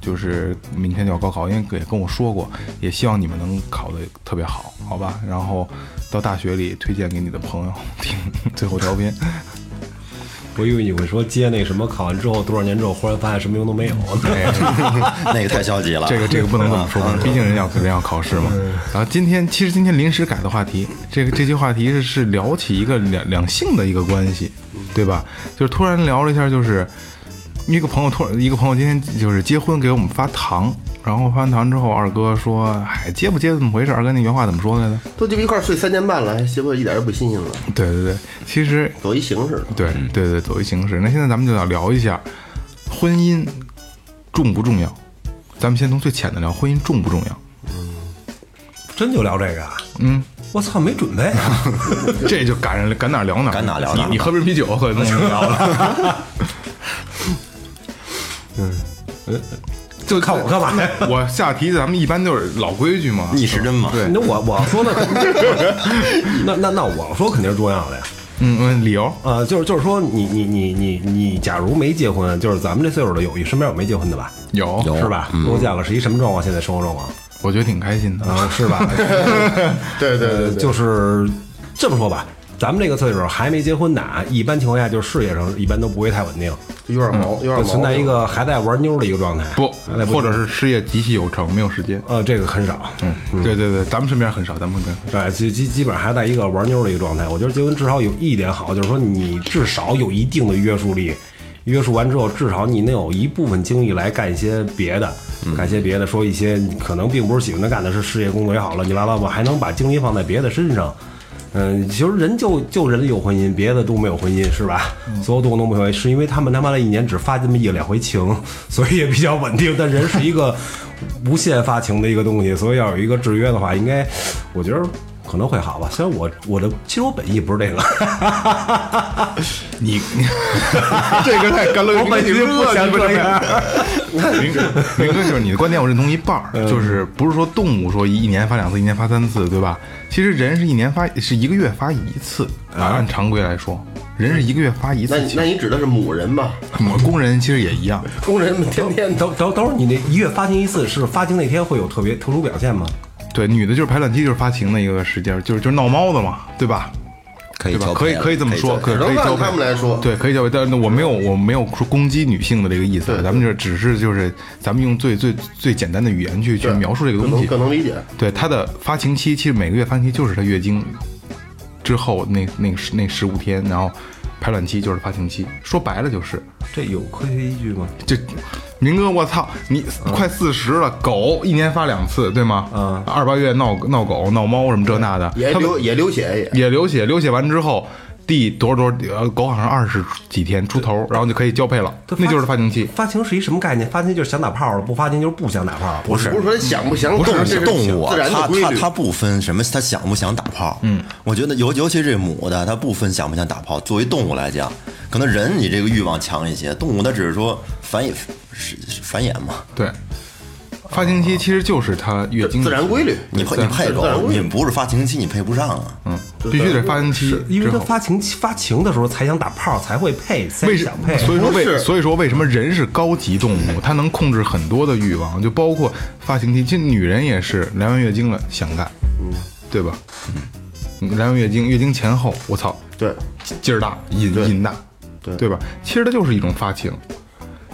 就是明天就要高考，因为也跟我说过，也希望你们能考得特别好，好吧？然后到大学里推荐给你的朋友听最后调频。我以为你会说接那什么，考完之后多少年之后，忽然发现什么用都没有呢。那个太消极了。这个这个不能这 么说吧，毕竟人要人要考试嘛。然后今天其实今天临时改的话题，这个这期话题是是聊起一个两两性的一个关系，对吧？就是突然聊了一下，就是一个朋友突然一个朋友今天就是结婚给我们发糖，然后发完糖之后，二哥说：“哎，结不结怎么回事？”二哥那原话怎么说来着？都鸡巴一块儿睡三年半了，还媳妇儿一点都不新鲜了， 对对嗯对，其实走一形式了。对对对，走一形式。那现在咱们就要聊一下婚姻重不重要？咱们先从最浅的聊，婚姻重不重要？真就聊这个？嗯，我操，没准备啊！这就赶上赶哪儿聊哪儿，赶哪儿聊哪儿你你喝瓶啤酒可能就聊了。就看我干嘛呀？我下题咱们一般就是老规矩嘛，逆时针嘛，对那我我说那 那那那我说肯定是重要的呀。嗯嗯，理由呃，就是就是说你你你你你，假如没结婚，就是咱们这岁数的有身边有没结婚的吧？有有是吧？我讲了是一什么状况？现在生活状况我觉得挺开心的。啊，是吧？ 对对呃，就是这么说吧，咱们这个岁数还没结婚呢，一般情况下就是事业上一般都不会太稳定，嗯有点毛，有点毛。就存在一个还在玩妞的一个状态，不还在，或者是事业极其有成，没有时间。呃，这个很少，嗯，对对对，咱们身边很少，咱们身边对，基基基本上还在一个玩妞的一个状态。我觉得结婚至少有一点好，就是说你至少有一定的约束力，约束完之后，至少你能有一部分精力来干一些别的，干一些别的，说一些你可能并不是喜欢的干的是事业工作也好，乱七八糟吧，还能把精力放在别的身上。嗯，其实人就就人有婚姻，别的都没有婚姻，是吧？嗯所有动物都没有婚姻，是因为他们他妈的一年只发这么一两回情，所以也比较稳定。但人是一个无限发情的一个东西，所以要有一个制约的话，应该我觉得可能会好吧。虽然我我的其实我本意不 是这个，你 这个太干了， 我本你意乐不想你不这是样。明明哥就是你的观点，我认同一半儿，就是不是说动物说一一年发两次，一年发三次，对吧？其实人是一年发是一个月发一次啊，按常规来说，人是一个月发一那次你情那。你指的是母人吧？ 我工人其实也一样，工人们天天等等等会儿，你那一月发情一次，是发情那天会有特别特殊表现吗？对，女的就是排卵期就是发情的一个时间，就是就是闹猫的嘛，对吧？ 可以对吧？调可配以了啊可以这么 说，可以可可只能以按交配他们来说对，可以交配，但是我没有我没有说攻击女性的这个意思啊，咱们这只是就是咱们用最最最简单的语言去去对描述这个可东能西可。能理解。对，她的发情期其实每个月发情期就是她月经之后那那那十五天，然后。排卵期就是发情期，说白了就是这有科学依据吗？这，明哥，我操，你嗯快四十了，狗一年发两次，对吗？嗯二八月闹闹狗、闹猫什么这那的，也他们流也流血也。也流血，流血完之后。第多少多少呃，狗好像二十几天出头，然后就可以交配了，它发那就是发情期。发情是一什么概念？发情就是想打炮了，不发情就是不想打炮了。不不是说想不想不动，这是动物啊自，然的它规它律。它不分什么，它想不想打炮。嗯，我觉得尤尤其这母的，它不分想不想打炮。作为动物来讲，可能人你这个欲望强一些，动物它只是说繁衍是是繁衍嘛。对，发情期其实就是它月经自然规律你配你配自然狗，规律你不是发情期，你配不上啊。嗯，必须得发情期是因为之他后。发情发情的时候才想打炮，才会配，才为什想配。所以说不为是所以说为什么人是高级动物？它能控制很多的欲望，就包括发情期。其实女人也是来完月经了想干，嗯，对吧？嗯，来完月经，月经前后，我操，对，劲儿大，瘾瘾大，对对吧？其实它就是一种发情，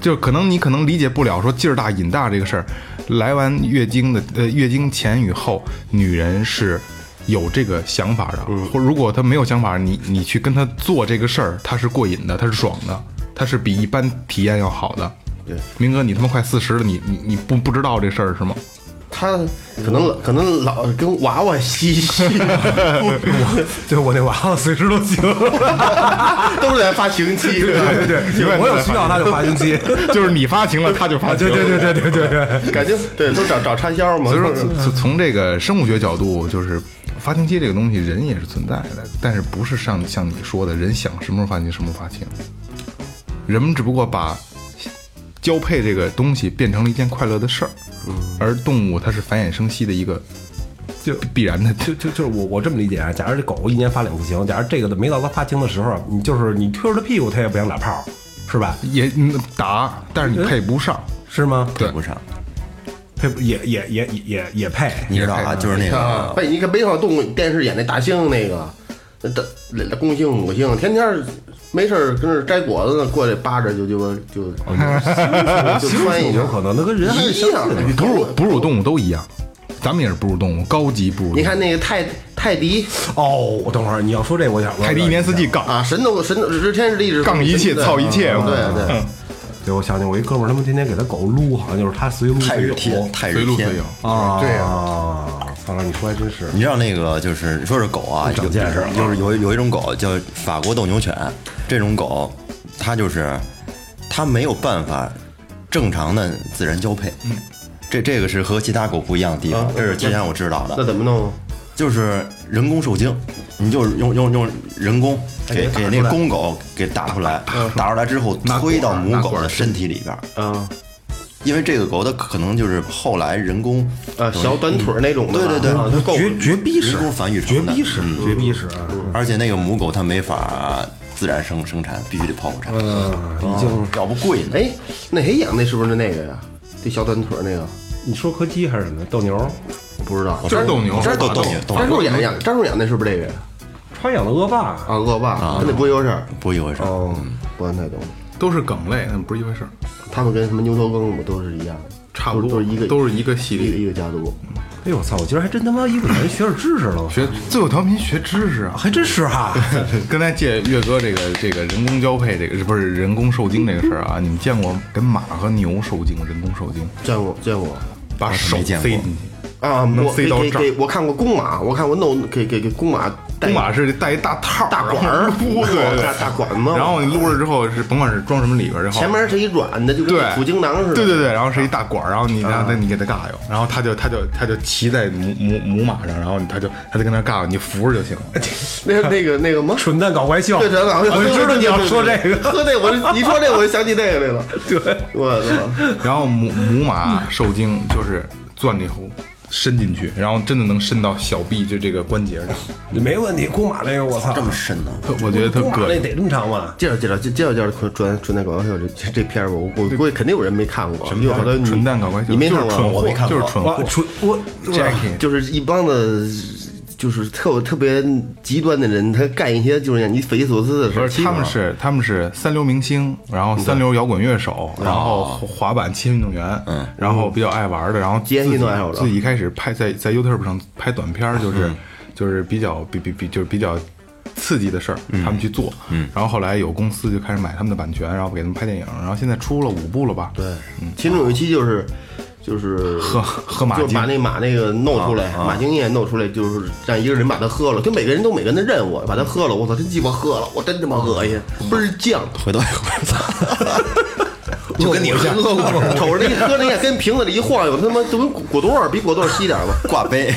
就可能你可能理解不了说劲儿大瘾大这个事儿。来完月经的呃月经前与后，女人是有这个想法的，嗯或如果她没有想法，你你去跟她做这个事儿，她是过瘾的，她是爽的，她是比一般体验要好的。对，明哥，你他妈快四十了，你你你不不知道这事儿是吗？ 它可能可能老跟娃娃嬉戏，对我那娃娃随时都行。都是在发情期。 对对 对，我有需要他就发情 期。就是你发情了，他就发啊，情对了。对对对对对对。感觉对，都找找插销嘛。所以说，都是从从从这个生物学角度，就是发情期这个东西，人也是存在的，但是不是像像你说的，人想什么时候发情什么时候发情，人们只不过把交配这个东西变成了一件快乐的事儿，嗯而动物它是繁衍生息的一个就必然的。 就就就是我我这么理解啊，假如这狗一年发两次情，假如这个的没到它发情的时候，你就是你推着它屁股，它也不想打炮，是吧？也嗯打，但哎是你配不上，是吗？对配不上。配不也也也也也也配，你知道啊，就是那个啊，被你看北方动物电视演那大猩那个，那大那公猩母猩，天天儿没事儿跟那儿摘果子呢，过来扒着就就就就哦就穿 一下有。可能那跟人还是一样啊相似的，哺哺乳哺乳动物都一样，咱们也是哺乳动物，高级哺乳动物。你看那个泰泰迪哦，我等会儿你要说这，我想泰迪一年四季杠，啊，神斗神斗是天是地是杠一切操一切嘛啊对对，对，我想起我一哥们儿，他们天天给他狗撸，好像就是他随撸泰随日有天，泰随日路天随。有。啊，对呀啊，操了，你说还真是，你知道那个就是你说是狗啊，有见识了就是有有一种狗叫法国斗牛犬，这种狗它就是它没有办法正常的自然交配，这这个是和其他狗不一样的地啊方，这是之前我知道那的，怎么弄？就是人工受精，你就是用用用人工给给那个公狗给打出来，打出来之后推到母狗的身体里边儿，啊因为这个狗它可能就是后来人工啊，小短腿儿那种的吧，对对对啊就够绝绝逼是人工繁育绝成的逼是绝逼是，而且那个母狗它没法自然生生产，必须得剖腹产，嗯，已经，要哦不贵呢。哎，那谁养那是不是那个呀？这小短腿儿那个你说柯基还是什么斗牛？不知道，我这哦是斗牛这是斗牛，斗张牛树养养张树养那是不是这个呀？川养的恶霸，啊，恶霸跟那不一回事儿。不是一回嗯事儿。哦，不太懂。都是梗类，那不是一回事儿，他们跟什么牛头梗不都是一样的，差不多都是一个都是一个系一列个。一个家族。哎呦我操，我今儿还真他妈一不小心学点知识了，我学最后调频学知识啊！还真是哈， 刚才借岳哥这个这个人工交配这个不是人工受精这个事儿啊，你们见过跟马和牛受精人工受精，见过见过把手没塞见过进去？啊，能我塞给到给这儿给我看过公马，我看过弄给给给公马带公马是带一大套大管儿，撸大大管子，然后你撸着之后是甭管是装什么里边儿，然后前面是一软的，就跟对土精囊似的。嗯对对对，然后是一大管儿，然后你然后你给它尬悠，然后它就它就它就骑在母母母马上，然后它就它就跟那儿尬悠，你扶着就行了。 那那个那个什么。蠢蛋搞怪笑，对，对对我就知道你要说这 个，喝这我就你说这我就想起这个来了。对，我操，然后母母马受精就是钻这壶伸进去，然后真的能伸到小臂就这个关节上，没问题，公马这个我操，这么深呢？ 特我觉得特公马膈那应。得这么长吗？介绍介绍介绍介绍纯纯纯蛋搞笑秀这这片儿吧，我我估计肯定有人没看过，因为好多你纯蛋搞怪秀，你没就是看过啊，蠢我货，没看过就是蠢我货。蠢我 Jackie，就是一帮子，就是特特别极端的人，他干一些就是让你匪夷所思的事不儿。是，他们是他们是三流明星，然后三流摇滚乐手，然后滑板、七运动员，嗯，然后比较爱玩的，然后自己街运动爱好者自己开始拍在在 YouTube 上拍短片儿，就是就是比较比比比就是比较。刺激的事儿，他们去做。嗯，然后后来有公司就开始买他们的版权，然后给他们拍电影，然后现在出了五部了吧？对，其中有一期就是就是喝喝马就精是把那马啊那个弄出来，马精液弄出来，就是让一个人把它喝了，就每个人都每个人的任务，把它喝了，我操，真鸡巴喝了，我真他妈恶心，倍儿酱，回头一会儿，就跟你喝过，瞅着那一喝那一跟瓶子里一晃悠，他妈就跟果冻儿比果冻儿稀点儿吧，挂杯，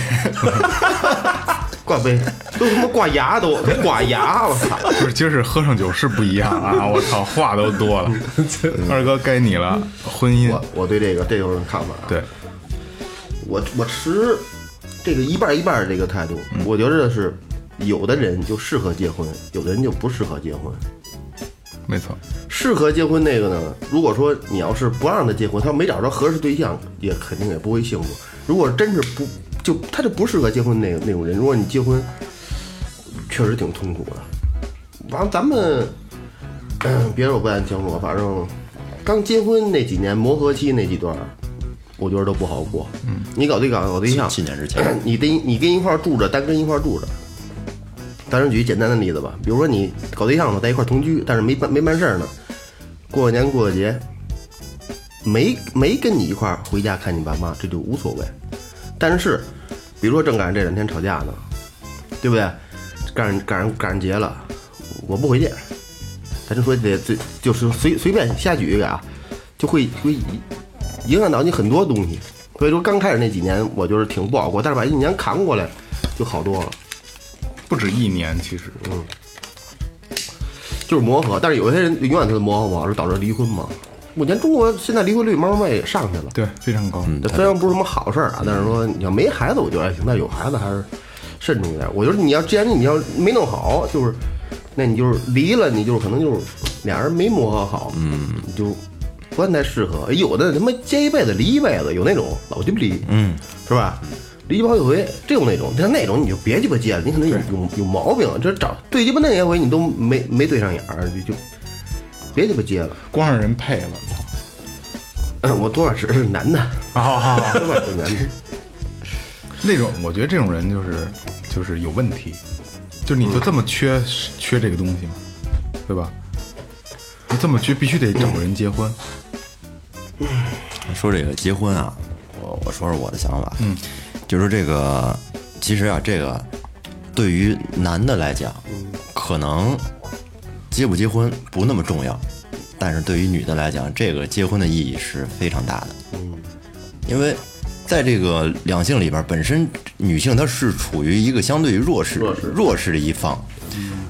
挂杯都他妈挂牙都挂牙，我操！ 就是今儿是喝上酒是不一样啊！我操，话都多了。二哥该你了，婚姻我我对这个这种看法啊，对，我我持这个一半儿一半儿这个态度，我觉得是有的人就适合结婚，有的人就不适合结婚。没错，适合结婚那个呢，如果说你要是不让他结婚，他没找着合适对象，也肯定也不会幸福。如果真是不就他就不适合结婚那个那种人，如果你结婚，确实挺痛苦的。完了，咱们、 嗯别的我不太清楚，反正刚结婚那几年磨合期那几段儿，我觉得都不好过。嗯，你搞对搞搞 对象，七年之前 你跟你跟一块儿住着，单跟一块儿住着。咱就举简单的例子吧，比如说你搞对象了，在一块儿同居，但是没办没办事儿呢，过个年过个节，没没跟你一块儿回家看你爸妈，这就无所谓。但是，比如说正赶上这两天吵架呢，对不对？赶上赶上赶上节了，我不回去，咱就说这这就是随随便瞎举一个啊，就会会影影响到你很多东西。所以说刚开始那几年我就是挺不好过，但是把一年扛过来就好多了。不止一年，其实就是磨合，但是有些人永远就是磨合不好，就导致离婚嘛。目前中国现在离婚率慢慢慢也上去了，对非常高。这虽然不是什么好事儿啊，但是说你要没孩子，我觉得还行；但是有孩子还是慎重一点。我觉得你要既然你要没弄好，就是那你就是离了，你就是可能就是俩人没磨合好，嗯，你就不太适合。哎有的他妈结一辈子离一辈子，有那种老鸡不离，嗯，是吧？离不好几回，这种那种，但那种你就别鸡巴结了，你可能有有有毛病，这找对鸡巴那些回你都没没对上眼儿，就就别鸡巴结了。 光让人配了，操！我多少只是男的，好好好，多少是男的。那种我觉得这种人就是就是有问题，就是你就这么缺、缺这个东西嘛，对吧？你这么缺，必须得找人结婚。说这个结婚啊，我我说说我的想法，嗯，就是说这个，其实啊，这个对于男的来讲，可能结不结婚不那么重要，但是对于女的来讲，这个结婚的意义是非常大的，嗯，因为在这个两性里边，本身女性她是处于一个相对于弱势弱势的一方，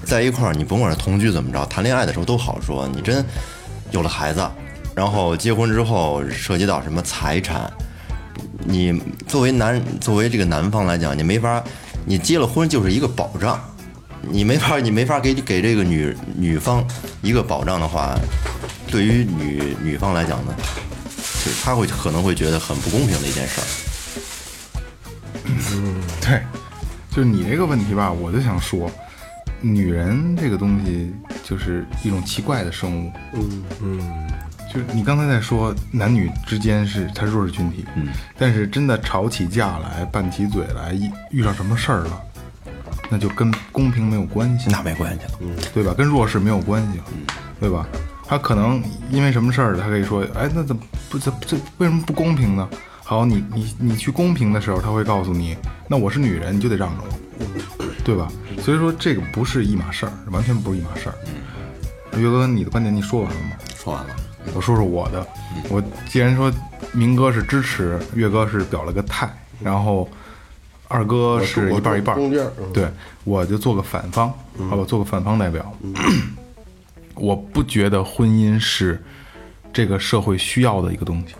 在一块儿，你甭管是同居怎么着，谈恋爱的时候都好说。你真有了孩子，然后结婚之后涉及到什么财产，你作为男作为这个男方来讲，你没法，你结了婚就是一个保障，你没法你没法给给这个女女方一个保障的话，对于女女方来讲呢，就是她会可能会觉得很不公平的一件事儿。对，就是你这个问题吧，我就想说，女人这个东西就是一种奇怪的生物。嗯嗯，就是你刚才在说男女之间是它弱势群体，嗯，但是真的吵起架来、拌起嘴来，一遇上什么事儿了，那就跟公平没有关系。那没关系了，对吧？跟弱势没有关系，对吧？他可能因为什么事儿，他可以说，哎，那怎么不这这为什么不公平呢？好，你你你去公平的时候，他会告诉你，那我是女人，你就得让着我，对吧？所以说这个不是一码事儿，完全不是一码事儿。岳哥，你的观点你说完了吗？说完了。我说说我的，我既然说明哥是支持，岳哥是表了个态，然后二哥是一半儿一半儿，中间儿嗯对，我就做个反方，好吧，做个反方代表。我不觉得婚姻是这个社会需要的一个东西。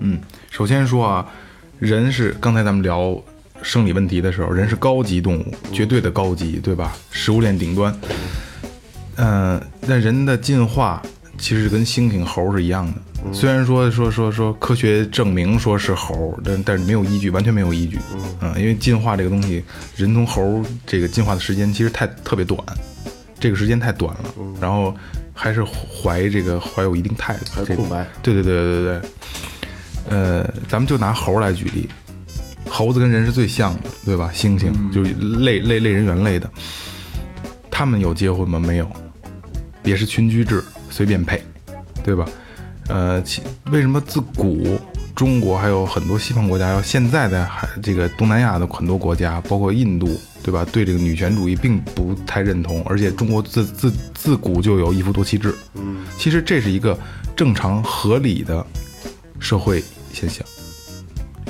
嗯首先说啊，人是刚才咱们聊生理问题的时候，人是高级动物，绝对的高级，对吧？食物链顶端。嗯，那人的进化其实跟猩猩、猴是一样的。虽然说说说说科学证明说是猴，但但是没有依据，完全没有依据。嗯，因为进化这个东西，人从猴这个进化的时间其实太特别短，这个时间太短了。嗯然后还是怀这个怀有一定态度，还有这个空白对对对对对对。呃，咱们就拿猴来举例，嗯猴子跟人是最像的，对吧？猩猩就是类类类人猿类的，它他们有结婚吗？没有，也是群居制，随便配，对吧？呃，其为什么自古中国还有很多西方国家，要现在的还这个东南亚的很多国家，包括印度，对吧？对这个女权主义并不太认同，而且中国自自自古就有一夫多妻制，嗯，其实这是一个正常合理的社会现象。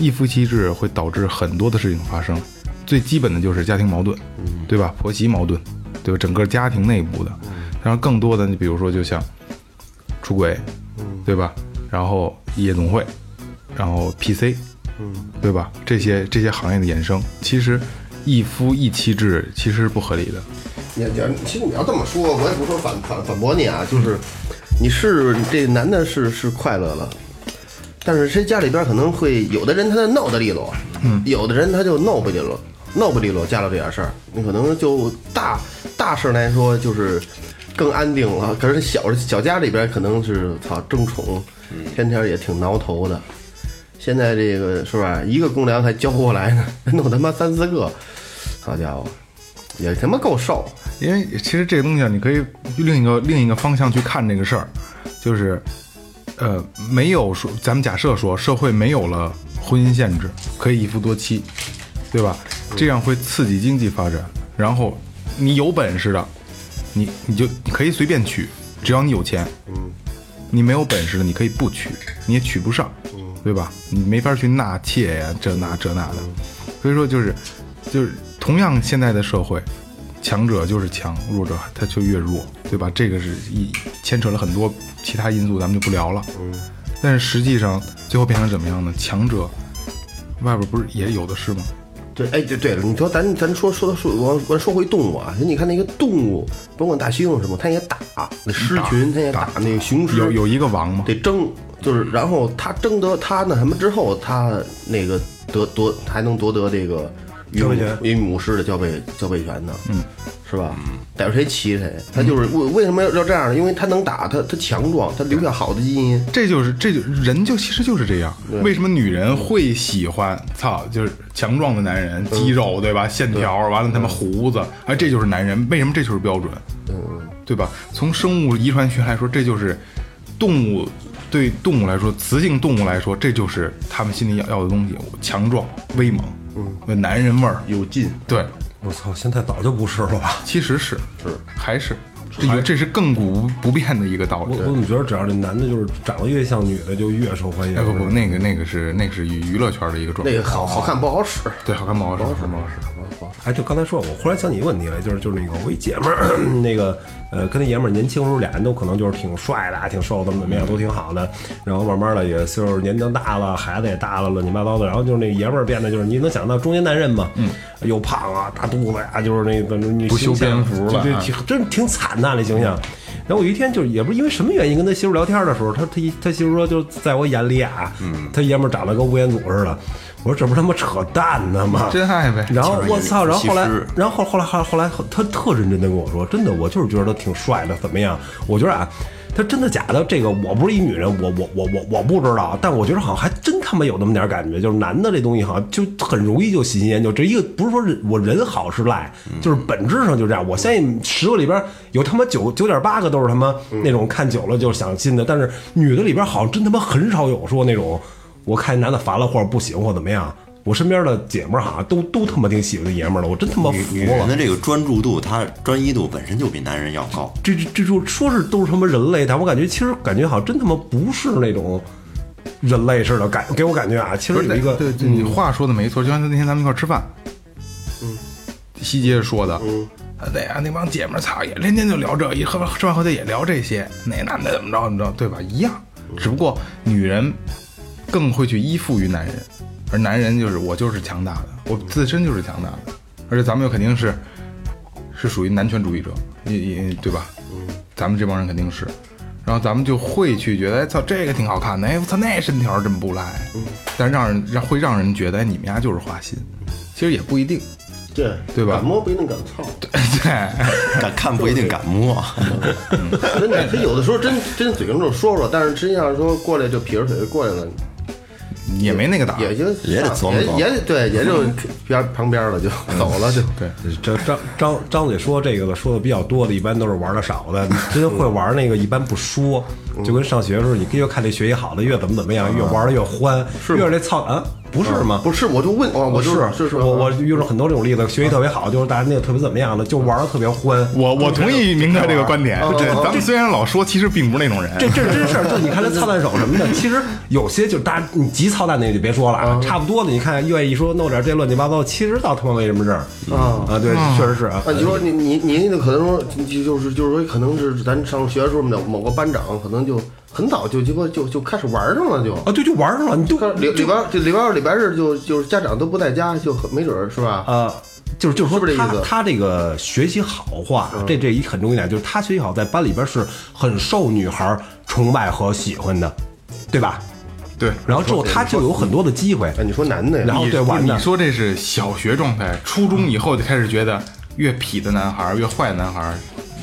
一夫妻制会导致很多的事情发生，最基本的就是家庭矛盾，对吧？婆媳矛盾，对吧？整个家庭内部的，然后更多的，你比如说就像出轨，对吧？然后夜总会，然后 PC，对吧？这些这些行业的衍生，其实一夫一妻制其实是不合理的，你你要其实你要这么说，我也不说反反反驳你啊，就是你是这男的是是快乐了，但是谁家里边可能会有的人他就闹得利落，嗯，有的人他就闹不利落，闹不利落家里这点事儿，你可能就大大事儿来说就是更安定了，可是小小家里边可能是操争宠，天天也挺挠头的。现在这个是吧？一个公粮还交不过来呢， 弄他妈三四个，好家伙，也他妈够受。因为其实这个东西啊，你可以另一个另一个方向去看这个事儿，就是，呃，没有说，咱们假设说社会没有了婚姻限制，可以一夫多妻，对吧？这样会刺激经济发展，然后你有本事的，你你就你可以随便娶，只要你有钱，你没有本事的，你可以不娶，你也娶不上，对吧？你没法去纳妾呀，这那这那的。所以说，就是就是同样现在的社会，强者就是强，弱者他就越弱，对吧？这个是一牵扯了很多其他因素，咱们就不聊了。但是实际上最后变成怎么样呢？强者外边不是也有的是吗？对，哎，对对了，你说咱咱说说到说，我我说回动物啊，你看那个动物，甭管大猩猩什么，它也打那狮群，它也打那个雄狮，有有一个王吗？得争，就是然后它争得它那什么之后，它那个得夺还能夺得这个与交母配权与母狮的交配交配权呢，嗯，是吧？逮着谁骑谁，它就是为为什么要要这样呢？因为它能打，它它强壮，它留下好的基因，这就是这就人就其实就是这样。为什么女人会喜欢操就是强壮的男人，肌肉对吧？线条完了他妈胡子，哎，这就是男人。为什么这就是标准？对吧？从生物遗传学来说，这就是动物对动物来说，雌性动物来说，这就是他们心里要要的东西：强壮、威猛，嗯，男人味儿。有劲。对，我操，现在早就不是了吧？其实是是还是这个这是亘古不变的一个道理我。我怎么觉得只要这男的就是长得越像女的，就越受欢迎哎？不不，那个那个是那个是娱娱乐圈的一个状态那。个好好看不好使，对，好看不好使？好看不好使？哎，就刚才说，我忽然想起一个问题来，就是就是那个我一姐们儿， 那个呃，跟那爷们儿年轻时候俩人都可能就是挺帅的，挺瘦，怎么怎么样都挺好的。然后慢慢的也岁数年龄大了，孩子也大了，乱七八糟的。然后就是那爷们儿变得就是你能想到中年男人嘛，嗯，又胖啊，大肚子呀、就是那个你不修形象边幅对了对啊，挺真挺惨呐、那形象。然后我有一天就是也不是因为什么原因跟他媳妇聊天的时候，他他他媳妇说就在我眼里啊，嗯他爷们儿长得跟吴彦祖似的。我说这不是他妈扯淡呢吗？真爱呗然后我操，然后后来其实，然后后来后来后来，他特认真的跟我说，真的，我就是觉得他挺帅的，怎么样？我觉得啊，他真的假的？这个我不是一女人，我我我我我不知道，啊但我觉得好像还真他妈有那么点感觉，就是男的这东西好像就很容易就喜新厌旧，这一个不是说人我人好是赖，嗯就是本质上就这样。我相信十个里边有他妈九九点八个都是他妈嗯那种看久了就想新的，但是女的里边好像真他妈很少有说那种我看男的烦了或者不喜欢或怎么样。我身边的姐们儿好像都都他妈挺喜欢这爷们儿的，我真他妈服女人了。的这个专注度，她专一度本身就比男人要高。这这这就说是都是他妈人类，但我感觉其实感觉好像真他妈不是那种人类似的感，给我感觉啊，其不实是嗯有一个对，对你话说的没错，就像那天咱们一块儿吃饭，嗯，西杰说的，嗯，对呀，那帮姐们儿操也天天就聊这，一喝完吃完喝酒也聊这些，那男的怎么着怎么着，对吧？一样，只不过女人更会去依附于男人，而男人就是我就是强大的，我自身就是强大的，而且咱们又肯定是是属于男权主义者，也也对吧？咱们这帮人肯定是。然后咱们就会去觉得，哎操，这个挺好看的，哎我操，那身条真不赖。但让人让会让人觉得，哎，你们家就是花心，其实也不一定， 对对吧敢摸不一定敢操，对。敢看不一定敢摸， 真的，他有的时候真真嘴上这么说说，但是实际上说过来就撇着腿就过来了。也没那个胆儿，也就也得琢磨琢磨嗯也也对，也就边旁边了，就走了就。对，这张张张嘴说这个的，说的比较多的，一般都是玩的少的。真会玩那个，一般不说。就跟上学的时候，你越看这学习好的，越怎么怎么样，越玩的越欢，啊越是这操啊，不是吗？不是，我就问，哦我我就是哦哦嗯就是我嗯我遇到很多这种例子，学习特别好，就是大家那个特别怎么样的，就玩的特别欢。我我同意明哥这个观点，对，咱们虽然老说，其实并不是那种人。这这是真事儿，就你看这操蛋手什么的，其实有些就是大家你极操蛋那就别说了嗯啊，差不多的，你看愿意说弄点这乱七八糟，其实倒他妈没什么事儿啊啊，对，嗯确实是啊啊，，你说你你你那可能说就就是就是说，可能是咱上学的时候的某个班长，可能就很早就结果就就开始玩上了就。啊，对，就玩上了，你就看礼礼拜二就礼拜二礼拜日就就是家长都不在家，就很没准儿是啊吧？呃，就是就是说是不是这他意思嗯他这个学习好话，这这一很重要一点，就是他学习好，在班里边是很受女孩崇拜和喜欢的，对吧？对，然后之后他就有很多的机会，哎，你说男的呀然？后你对不是玩的你说这是小学状态，初中以后就开始觉得越痞的男孩儿、越坏的男孩儿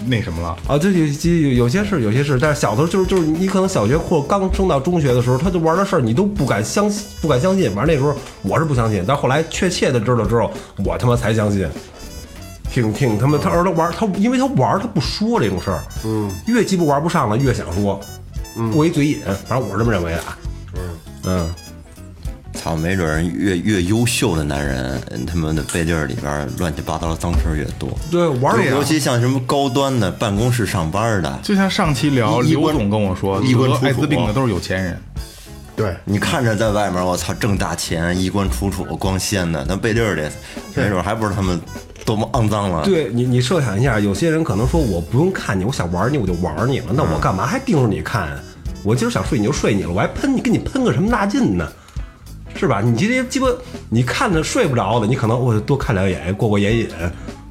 那什么了。啊，对，有有有些是有些是，但是小的时候就是就是你可能小学或者刚升到中学的时候，他就玩的事儿你都不敢相信，不敢相信。反正那时候我是不相信，但后来确切的知道之后，我他妈才相信。挺挺他妈，他儿子玩他，因为他玩他不说这种事儿，嗯，越鸡巴玩不上了，越想说，过一嘴瘾，反正我是这么认为的啊，嗯操，没准儿越越优秀的男人，他们的背地儿里边儿乱七八糟的脏事儿越多。对，玩对呀儿尤其像什么高端的办公室上班的，就像上期聊一一刘关总跟我说，一关啊得楚楚艾滋病的都是有钱人。对，你看着在外面，我操，挣大钱，衣冠楚楚，光鲜的，但背地儿里，没准儿还不是他们多么肮脏了。对你，你设想一下，有些人可能说我不用看你，我想玩你，我就玩你了，那我干嘛还盯着你看啊？我今儿想睡你就睡你了，我还喷你，跟你喷个什么大劲呢？是吧？你这些鸡巴，你看着睡不着的，你可能我多看两眼，过过眼瘾，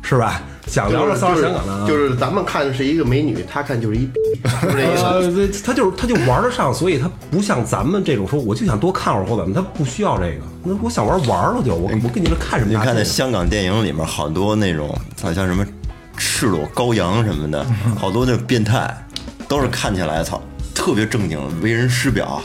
是吧？想聊就聊是骚就是香港的，啊就是咱们看是一个美女，她看就是一，是这意思。呃，他就是他就玩得上，所以他不像咱们这种说我就想多看会儿或怎么，他不需要这个。那我想玩玩了就，我我跟你们看什么你啊大看劲那呢？香港电影里面，好多那种，好像什么赤裸羔羊什么的，嗯好多那变态，都是看起来操特别正经，为人师表，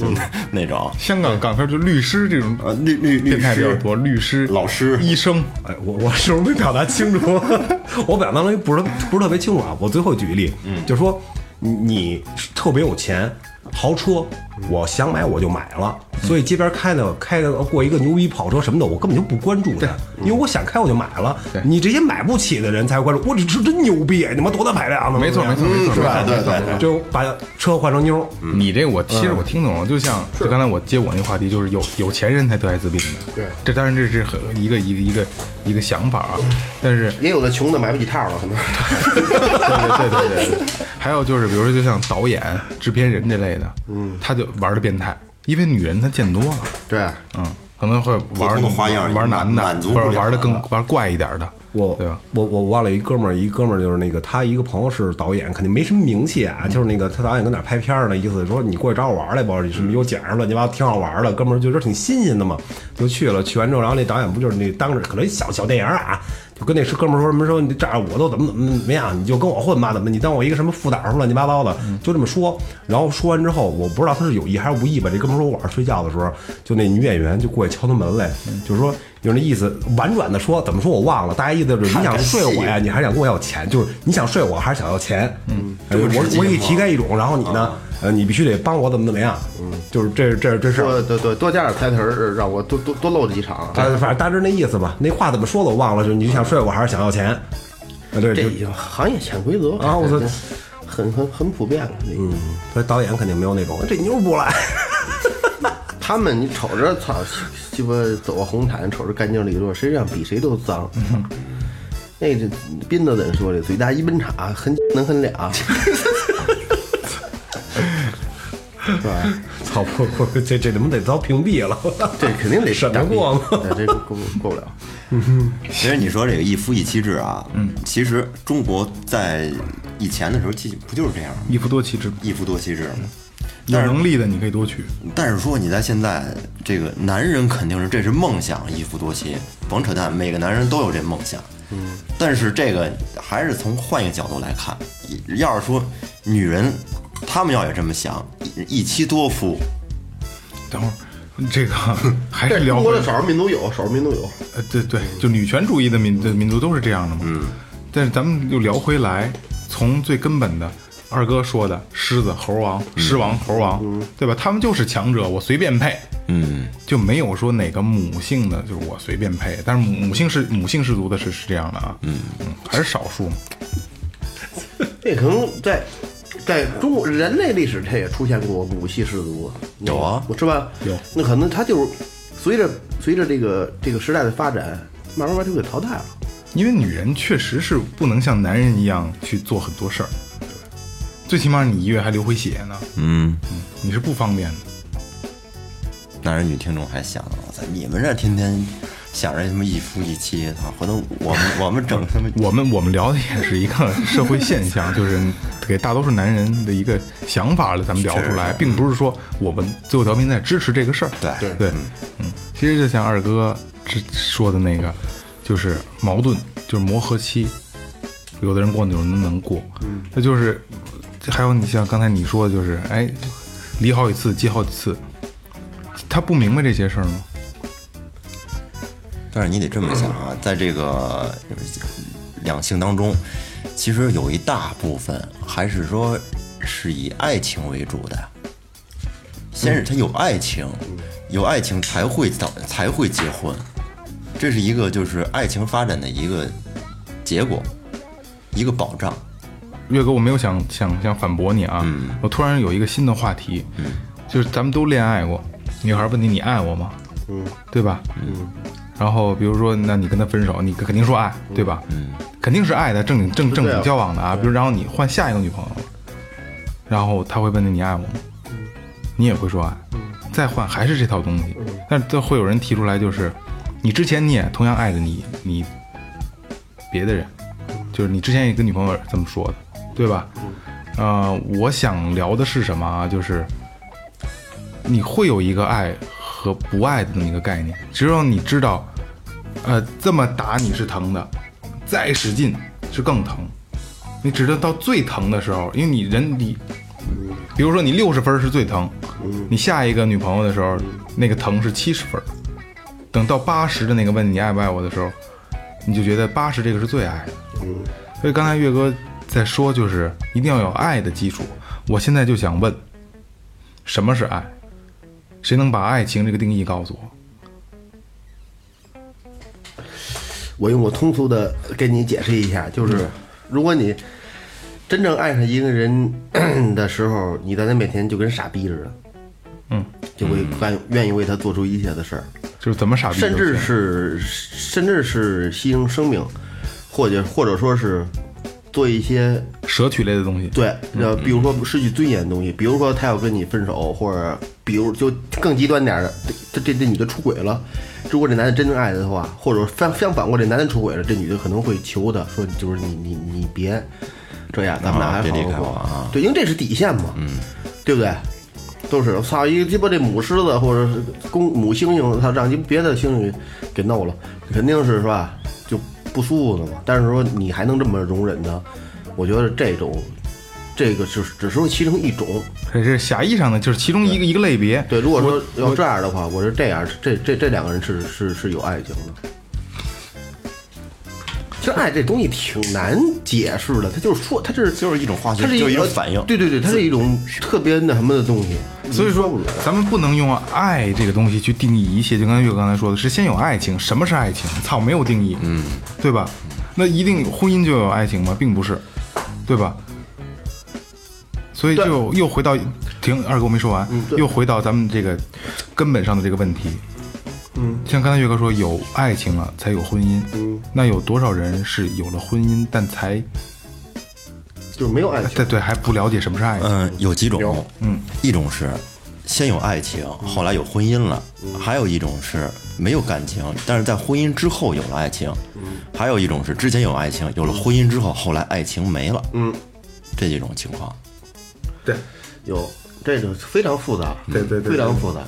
嗯 那种香港港片就律师这种呃律律律变态比较师多，律师、老师医生，哎，我我是不是没表达清楚？ 我表达的不是不是特别清楚啊。我最后举个例，嗯，就是说你你特别有钱，豪车，我想买我就买了，嗯所以街边开的开的过一个牛逼跑车什么的，我根本就不关注它，因为我想开我就买了。你这些买不起的人才会关注，我这车真牛逼，你妈多大排量呢？没错嗯没错没错，是 吧？没错啊嗯嗯就把车换成妞儿，你这我其实我听懂了，就像嗯就刚才我接我那话题，就是有有钱人才得艾滋病的。对这当然这是很一个一个一个一个想法啊，嗯但是也有的穷的买不起套了，可能。 对对对对 对。还有就是，比如说，就像导演、制片人这类的，嗯，他就玩的变态，因为女人她见多了，对，嗯，可能会普玩通的花样玩男的，满足不或了啊者玩的更玩怪一点的，我对啊吧？我我忘了一哥们儿，一哥们儿就是那个他一个朋友是导演，肯定没什么名气啊，就是那个他导演跟哪儿拍片儿呢，意思说你过去找我玩儿来吧，什么有奖儿乱七八糟，挺好玩儿的。哥们儿觉得挺新鲜的嘛，就去了。去完之后，然后那导演不就是那当时可能一小小电影儿啊，就跟那哥们儿说什么说你这样我都怎么怎么怎么样，你就跟我混吧，怎么你当我一个什么副导什么乱七八糟的，就这么说。然后说完之后，我不知道他是有意还是无意吧。这哥们儿说我晚上睡觉的时候，就那女演员就过去敲他门来，就是说有那意思，婉转的说怎么说我忘了，大概意思就是你想睡我呀，你还是想跟我要钱，就是你想睡我还是想要钱，嗯，我我给你提该一种，然后你啊呢，呃，你必须得帮我怎么怎么样，嗯，就是这这这事儿。多对对，多加点台词儿，让我多多多露几场。啊，反正大致那意思吧。那话怎么说的我忘了，就是你想睡我还是想要钱？啊，对，这就已经行业潜规则啊我操嗯很很很普遍了。这个所以导演肯定没有那种这妞不来，他们你瞅着操鸡巴走个红毯，瞅着干净利落，实际上比谁都脏。嗯那这斌子怎说的？嘴大一笨叉，很 能很 俩。操不不，这这他妈得遭屏蔽了，这肯 定得审得过吗？对这过过不了。其实你说这个一夫一妻制啊，嗯，其实中国在以前的时候，其实不就是这样吗？一夫多妻制，一夫多妻制吗？有能力的你可以多娶，但是说你在现在这个男人肯定是这是梦想，一夫多妻，甭扯淡，每个男人都有这梦想。嗯，但是这个还是从换一个角度来看，要是说女人，她们要也这么想，一一妻多夫，等会儿这 个还是这聊中回国的少数民族有，少数民族有，呃，对对，就女权主义的民的民族都是这样的嘛。嗯。但是咱们又聊回来，从最根本的，二哥说的狮子、猴王、狮王、猴王，对吧？他们就是强者，我随便配，嗯，就没有说哪个母性的，就是我随便配。但是母母性是母性氏族的是是这样的啊，嗯还是少数嘛。这可能在在中国人类历史，这也出现过母系氏族，有啊是吧？有那可能它就是随着随着这个这个时代的发展，慢慢慢慢就给淘汰了。因为女人确实是不能像男人一样去做很多事儿，最起码你一月还流回血呢，嗯，你是不方便的。男人女听众还想呢，我操，你们这天天想着什么一夫一妻，操，回头我们我们整他 妈我们我们聊的也是一个社会现象，就是给大多数男人的一个想法了，咱们聊出来，并不是说我们最后调频在支持这个事儿。对对对，嗯，其实就像二哥之说的那个，就是矛盾，就是磨合期，有的人过，有的人能过，那就是还有你像刚才你说的，就是哎，离好几次，接好几次，他不明白这些事儿吗？但是你得这么想啊，在这个两性当中，其实有一大部分还是说是以爱情为主的。先是他有爱情，有爱情才会早才会结婚，这是一个就是爱情发展的一个结果，一个保障。岳哥，我没有想想想反驳你啊，我突然有一个新的话题，就是咱们都恋爱过，女孩问你你爱我吗？嗯，对吧？嗯，然后比如说，那你跟他分手，你肯定说爱，对吧？嗯，肯定是爱的，正经正正对啊经交往的啊。比如，然后你换下一个女朋友了，然后他会问你你爱我吗？你也会说爱，再换还是这套东西，但这会有人提出来，就是你之前你也同样爱着你你别的人，就是你之前也跟女朋友这么说的，对吧？呃，我想聊的是什么啊？就是你会有一个爱和不爱的这么一个概念，只有你知道，呃，这么打你是疼的，再使劲是更疼，你只能到最疼的时候，因为你人你，比如说你六十分是最疼，你下一个女朋友的时候，那个疼是七十分，等到八十的那个问你爱不爱我的时候，你就觉得八十这个是最爱的。嗯所以刚才岳哥在说，就是一定要有爱的基础。我现在就想问，什么是爱？谁能把爱情这个定义告诉我？我用我通俗的跟你解释一下，就是嗯如果你真正爱上一个人的时候，你在他面前就跟傻逼似的，嗯，就会干愿意为他做出一切的事儿，就是怎么傻逼都甚行？至是甚至是牺牲生命，或者或者说是做一些舍取类的东西。对，呃，比如说失去尊严的东西，比如说他要跟你分手，或者比如就更极端点儿的，这这这女的出轨了，如果这男的真正爱她的话，或者相相反过来，这男的出轨了，这女的可能会求他说，就是你你你别这样，咱们俩啊还别好离好开我过啊，对，因为这是底线嘛，嗯，对不对？都是操一鸡巴这母狮子或者是公母猩猩，他让鸡巴别的猩猩给弄了，肯定是是吧？就不舒服的嘛。但是说你还能这么容忍他，我觉得这种这个只是只是其中一种。这是狭义上的，就是其中一个一个类别。对，如果说要这样的话，我是这样，这这这两个人是是是有爱情的。其实爱这东西挺难解释的，它就是说，它是就是一种化学它是就是一个种反应对对对，它是一种特别那什么的东西。所以说不出来，咱们不能用爱这个东西去定义一切。就刚才岳哥刚才说的，是先有爱情，什么是爱情？操，没有定义，嗯，对吧？那一定婚姻就有爱情吗？并不是，对吧？所以就又回到停，二哥我没说完，嗯对又回到咱们这个根本上的这个问题。嗯，像刚才岳哥说，有爱情了才有婚姻，嗯，那有多少人是有了婚姻，但才就是没有爱情对。对还不了解什么是爱情？嗯，有几种有，嗯，一种是先有爱情，后来有婚姻了；还有一种是没有感情，但是在婚姻之后有了爱情；嗯还有一种是之前有爱情，有了婚姻之后，后来爱情没了。嗯，这几种情况，对，有这个非常复杂，对对对非常复杂。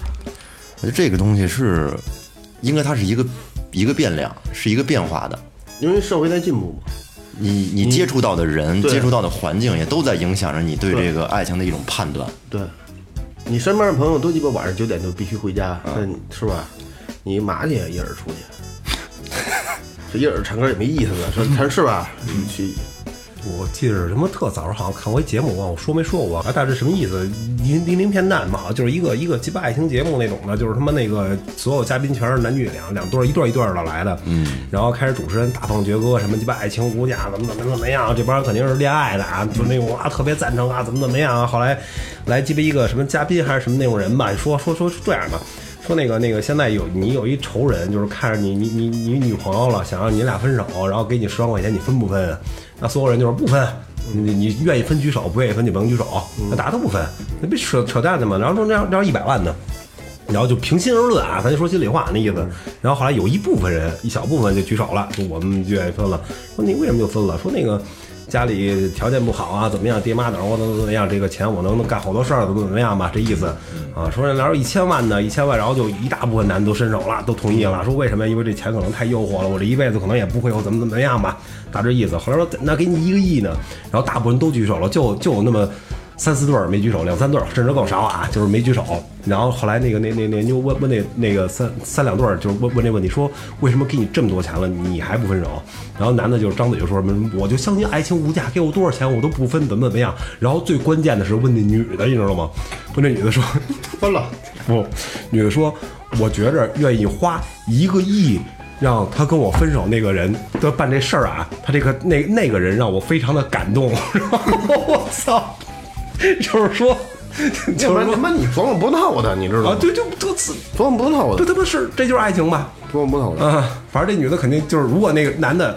我觉得这个东西是应该它是一个一个变量，是一个变化的。因为社会在进步嘛，你你接触到的人、嗯对接触到的环境也都在影响着你对这个爱情的一种判断。对，你身边的朋友都鸡巴晚上九点就必须回家，那你是吧？你嘛去呀？一人出去，这一人唱歌也没意思了，说他是吧？你去我记得是他妈特早上好像看过一节目，忘了我说没说过，啊，大致什么意思？零零零片段吧，好像就是一个一个鸡巴爱情节目那种的，就是他妈那个所有嘉宾全是男女两两对儿一对儿一对儿的来的，嗯，然后开始主持人大放厥歌，什么鸡巴爱情无价，怎么怎么怎么样，这帮人肯定是恋爱的啊，就那种啊特别赞成啊，怎么怎么样啊，后来来鸡巴一个什么嘉宾还是什么那种人吧，说说说这样吧。说那个那个，现在有你有一仇人，就是看着你你你你女朋友了，想让你俩分手，然后给你十万块钱，你分不分？那所有人就是不分，你你愿意分举手，不愿意分就甭举手，那大家都不分，那别扯扯淡的嘛。然后说那要那要一百万呢？然后就平心而论啊，咱就说心里话那意思。然后后来有一部分人，一小部分就举手了，说我们就愿意分了。说你为什么就分了？说那个家里条件不好啊，怎么样？爹妈等着我怎么怎么样？这个钱我能能干好多事儿，怎么怎么样吧？这意思啊。说那哪有一千万呢？一千万，然后就一大部分男的都伸手了，都同意了。说为什么？因为这钱可能太诱惑了，我这一辈子可能也不会有怎么怎么样吧，大致意思。后来说那给你一个亿呢，然后大部分人都举手了，就就有那么。三四对儿没举手，两三对儿甚至更少啊，就是没举手。然后后来那个那那那妞问问那那个三三两对儿，就是问问这问题，说为什么给你这么多钱了，你还不分手？然后男的就张嘴就说什么，我就相信爱情无价，给我多少钱我都不分，怎么怎么样。然后最关键的是问那女的，你知道吗？问那女的说， 分了，不，女的说，我觉着愿意花一个亿让他跟我分手那个人的办这事儿啊，他这个那那个人让我非常的感动。 然后我操，就是说，要就不然是说他妈你琢磨不透他，你知道啊吗，？对，就就此，琢磨不透这的，他妈是这就是爱情吧？琢磨不透的。啊，反正这女的肯定就是，如果那个男的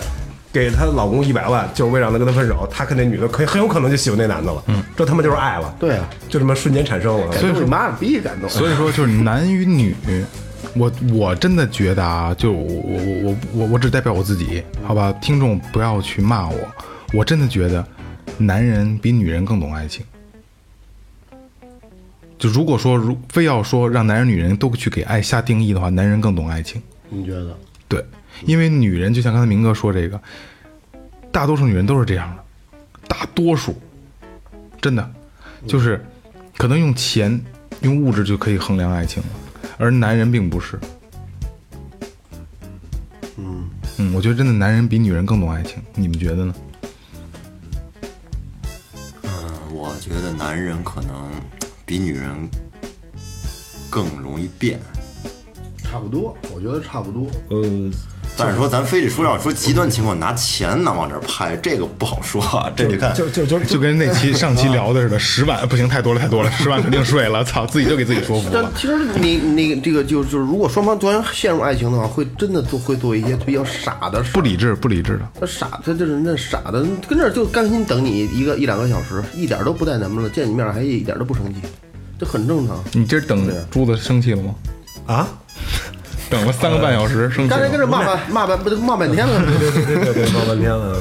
给她老公一百万，就是为了让她跟他分手，她跟那女的可以很有可能就喜欢那男的了。嗯，这他妈就是爱了。对啊，就这么瞬间产生了。所以说妈逼感动，所以说就是男与女，我我真的觉得啊，就我我我我我只代表我自己，好吧，听众不要去骂我，我真的觉得男人比女人更懂爱情。就如果说如非要说让男人女人都去给爱下定义的话，男人更懂爱情。你觉得？对，因为女人就像刚才明哥说这个，大多数女人都是这样的，大多数，真的，嗯就是可能用钱、用物质就可以衡量爱情了，而男人并不是。嗯嗯，我觉得真的男人比女人更懂爱情，你们觉得呢？我觉得男人可能比女人更容易变，差不多，我觉得差不多。呃，但是说咱非得说要说极端情况拿钱呢往这儿拍，这个不好说啊。这你看，就就就就跟那期 上期聊的似的，十万不行，太多了，太多了，十万肯定睡了，操，自己就给自己说服但了。其实你你这个就就是，如果双方突然陷入爱情的话，会真的做会做一些比较傻的事儿。不理智，不理智的，他傻，他这人那傻的，跟这儿就甘心等你一个一两个小时，一点都不带咱们了，见你面还一点都不生气，这很正常。你今儿等珠子生气了吗？啊，等了三个半小时，生气了吗。刚才跟这骂半骂半不都骂半天了， 对对对对，闹半天了。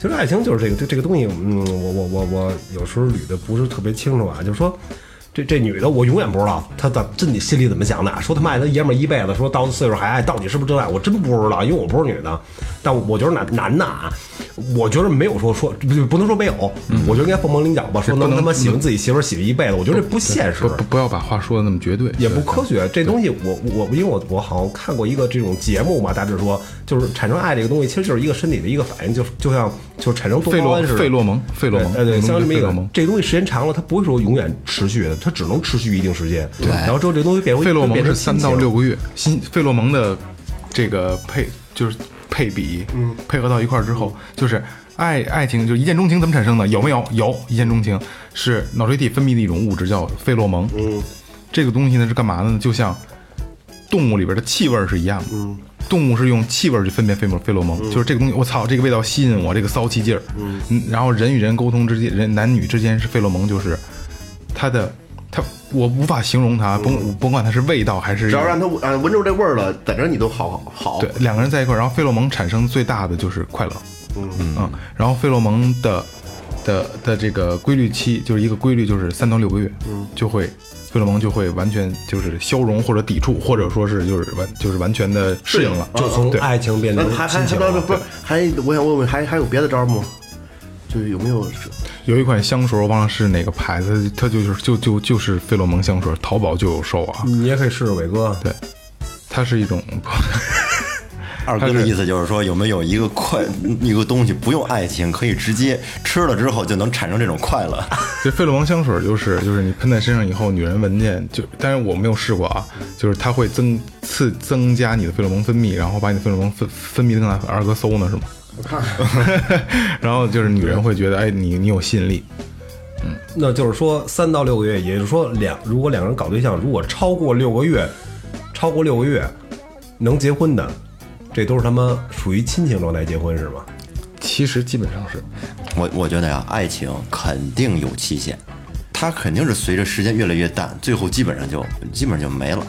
其实爱情就是这个，这这个东西，嗯，我我我我有时候捋的不是特别清楚啊，就是说，这这女的我永远不知道她的真底心里怎么想的，说他妈爱她爷们儿一辈子，说到岁数还爱，到底是不是真爱，我真不知道，因为我不是女的。但我我觉得男男的啊，我觉得没有说说不不能说没有，我觉得应该凤毛麟角吧，说能他妈喜欢自己媳妇儿喜欢一辈子，我觉得这不现实不。不不要把话说的那么绝对，也不科学。这东西我我因为我我好像看过一个这种节目嘛，大致说就是产生爱这个东西，其实就是一个身体的一个反应，就是就像就是产生多费巴洛胺似的。费洛蒙，费洛蒙，对，对，像这么一费洛个蒙，这东西时间长了，它不会说永远持续的，它只能持续一定时间。对，然后之后这东西变回费洛蒙变成是三亲哦情到六个月，新费洛蒙的这个配就是配比，嗯，配合到一块儿之后，就是爱爱情就是一见钟情怎么产生的？有没有？有一见钟情是脑垂体分泌的一种物质叫费洛蒙，嗯，这个东西呢是干嘛的呢？就像动物里边的气味儿是一样的，嗯，动物是用气味儿去分辨费洛费洛嗯蒙，就是这个东西，我操，这个味道吸引我，这个骚气劲儿，嗯，然后人与人沟通之间，人男女之间是费洛蒙，就是它的，它我无法形容它，甭甭管它是味道还是嗯只要让他啊闻着这味儿了，在这儿你都好哦好。对，两个人在一块儿，然后费洛蒙产生最大的就是快乐，嗯然后费洛蒙的的的这个规律期就是一个规律，就是三到六个月，嗯，就会费洛蒙就会完全就是消融或者抵触，或者说是就是完就是完全的适应了，就从对爱情变那成还还亲还情不了。不不是还我想问问还还有别的招儿吗？就是有没有有一款香水，我忘了是哪个牌子，它就是就就就是费洛蒙香水，淘宝就有售啊。你也可以试试伟哥，对，它是一种，二哥的意思就是说，有没有一个快一个东西不用爱情，可以直接吃了之后就能产生这种快乐？这费洛蒙香水就是就是你喷在身上以后，女人闻见就，但是我没有试过啊，就是它会增次增加你的费洛蒙分泌，然后把你的费洛蒙分分泌的更大。二哥搜呢是吗？我看 然后就是女人会觉得，哎，你你有吸引力，那就是说三到六个月，也就是说两如果两个人搞对象，如果超过六个月，超过六个月能结婚的，这都是他妈属于亲情状态结婚是吗？其实基本上是。我我觉得呀、爱情肯定有期限，它肯定是随着时间越来越淡，最后基本上就基本上就没了。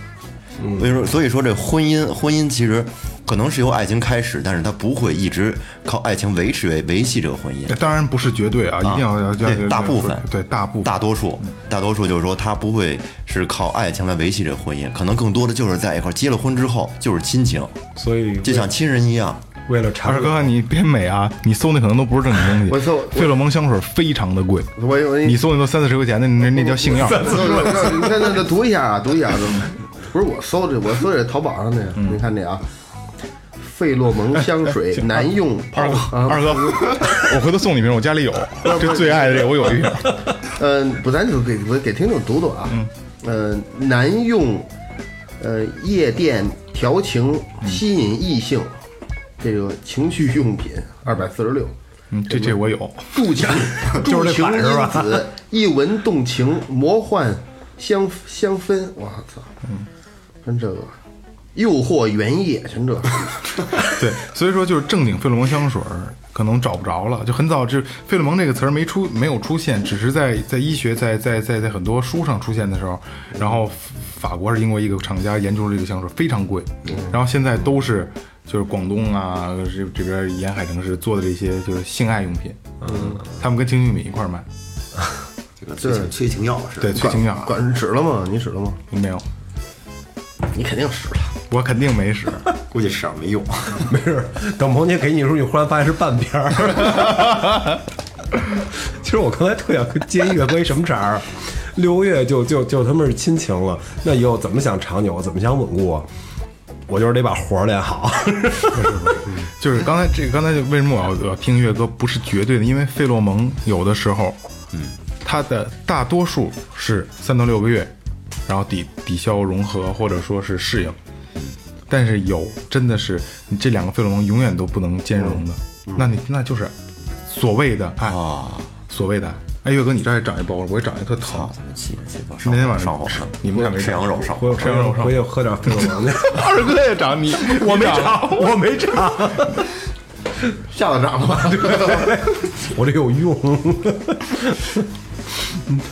嗯所以说，所以说这婚姻，婚姻其实可能是由爱情开始，但是它不会一直靠爱情维持维维系这个婚姻。当然不是绝对啊，一定要要要对大部分对大部分嗯大多数，大多数就是说他不会是靠爱情来维系这个婚姻，可能更多的就是在一块儿结了婚之后就是亲情，所以就像亲人一样。为了查二哥，你别美啊！你搜那可能都不是正经东西。我搜我费洛蒙香水非常的贵，我我你搜那都三四十块钱的，那那叫性药。 那那那那读一下啊，读一下，不是我搜的，我搜的是淘宝上的，你看这啊，费洛蒙香水男用泡二哥，啊，二哥， 我回头送你一瓶，我家里 有，这最爱的这个我有 一瓶。嗯，不，咱就给给听众读读啊，嗯，男用，呃，夜店调情吸引异性，这个情趣用品二百四十六。嗯，这这我有。助情助就是这情款是因吧子，一闻动情，魔幻香香氛，我操，跟这个诱惑原野，全这，对，所以说就是正经费洛蒙香水儿可能找不着了，就很早就费洛蒙这个词儿没出没有出现，只是在在医学在在在在很多书上出现的时候，然后法国还是英国一个厂家研究了这个香水非常贵，嗯然后现在都是就是广东啊这这边沿海城市做的这些就是性爱用品，嗯，他们跟情趣品一块儿卖，这个催情催情药是吧对，催情药管管使了吗？你使了吗？没有，你肯定使了。我肯定没使，估计市场没用。 没事，等彭姐给你的时候，你忽然发现是半边儿。 其实我刚才特想接岳哥一什么茬儿，六个月就就就他妈是亲情了，那以后怎么想长久，怎么想稳固啊？我就是得把活儿练 好。就是刚才这个刚才就为什么我要我要听乐歌不是绝对的，因为费洛蒙有的时候，嗯，它的大多数是三到六个月，然后抵抵消融合或者说是适应，但是有真的是你这两个费洛蒙永远都不能兼容的，那你那就是所谓的爱，所谓的爱。哎，岳哥，你这儿也长一包了，我也长一特疼。气气吧那天晚上上火了， 你们俩没吃羊肉上火回了。回去回去喝点费洛蒙去。二哥也长，你我没长，我没查，下了涨了吧？我这有用。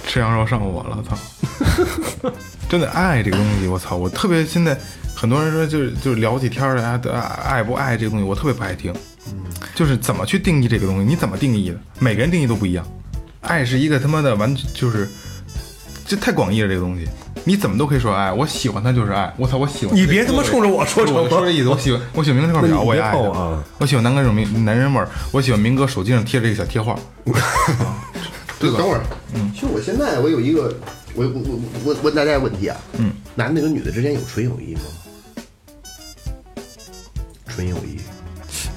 吃羊肉上火了，操！ 真的爱这个东西，我操！我特别现在很多人说就是就是聊起天儿来，爱爱不爱这个东西，我特别不爱听。就是怎么去定义这个东西，你怎么定义的？每个人定义都不一样。爱是一个他妈的完，就是这太广义了，这个东西。你怎么都可以说爱，我喜欢他就是爱，我操，我喜欢你别他妈冲着我说不是我成说吗这意思，我喜欢我喜欢明哥这块表，那你我也别爱他扣啊我喜欢南哥这种明男人味儿，我喜欢明哥手机上贴着这个小贴画，等会儿，其实我现在我有一个，我我我我问大家一个问题啊，嗯，男的跟女的之间有纯友谊吗？纯友谊，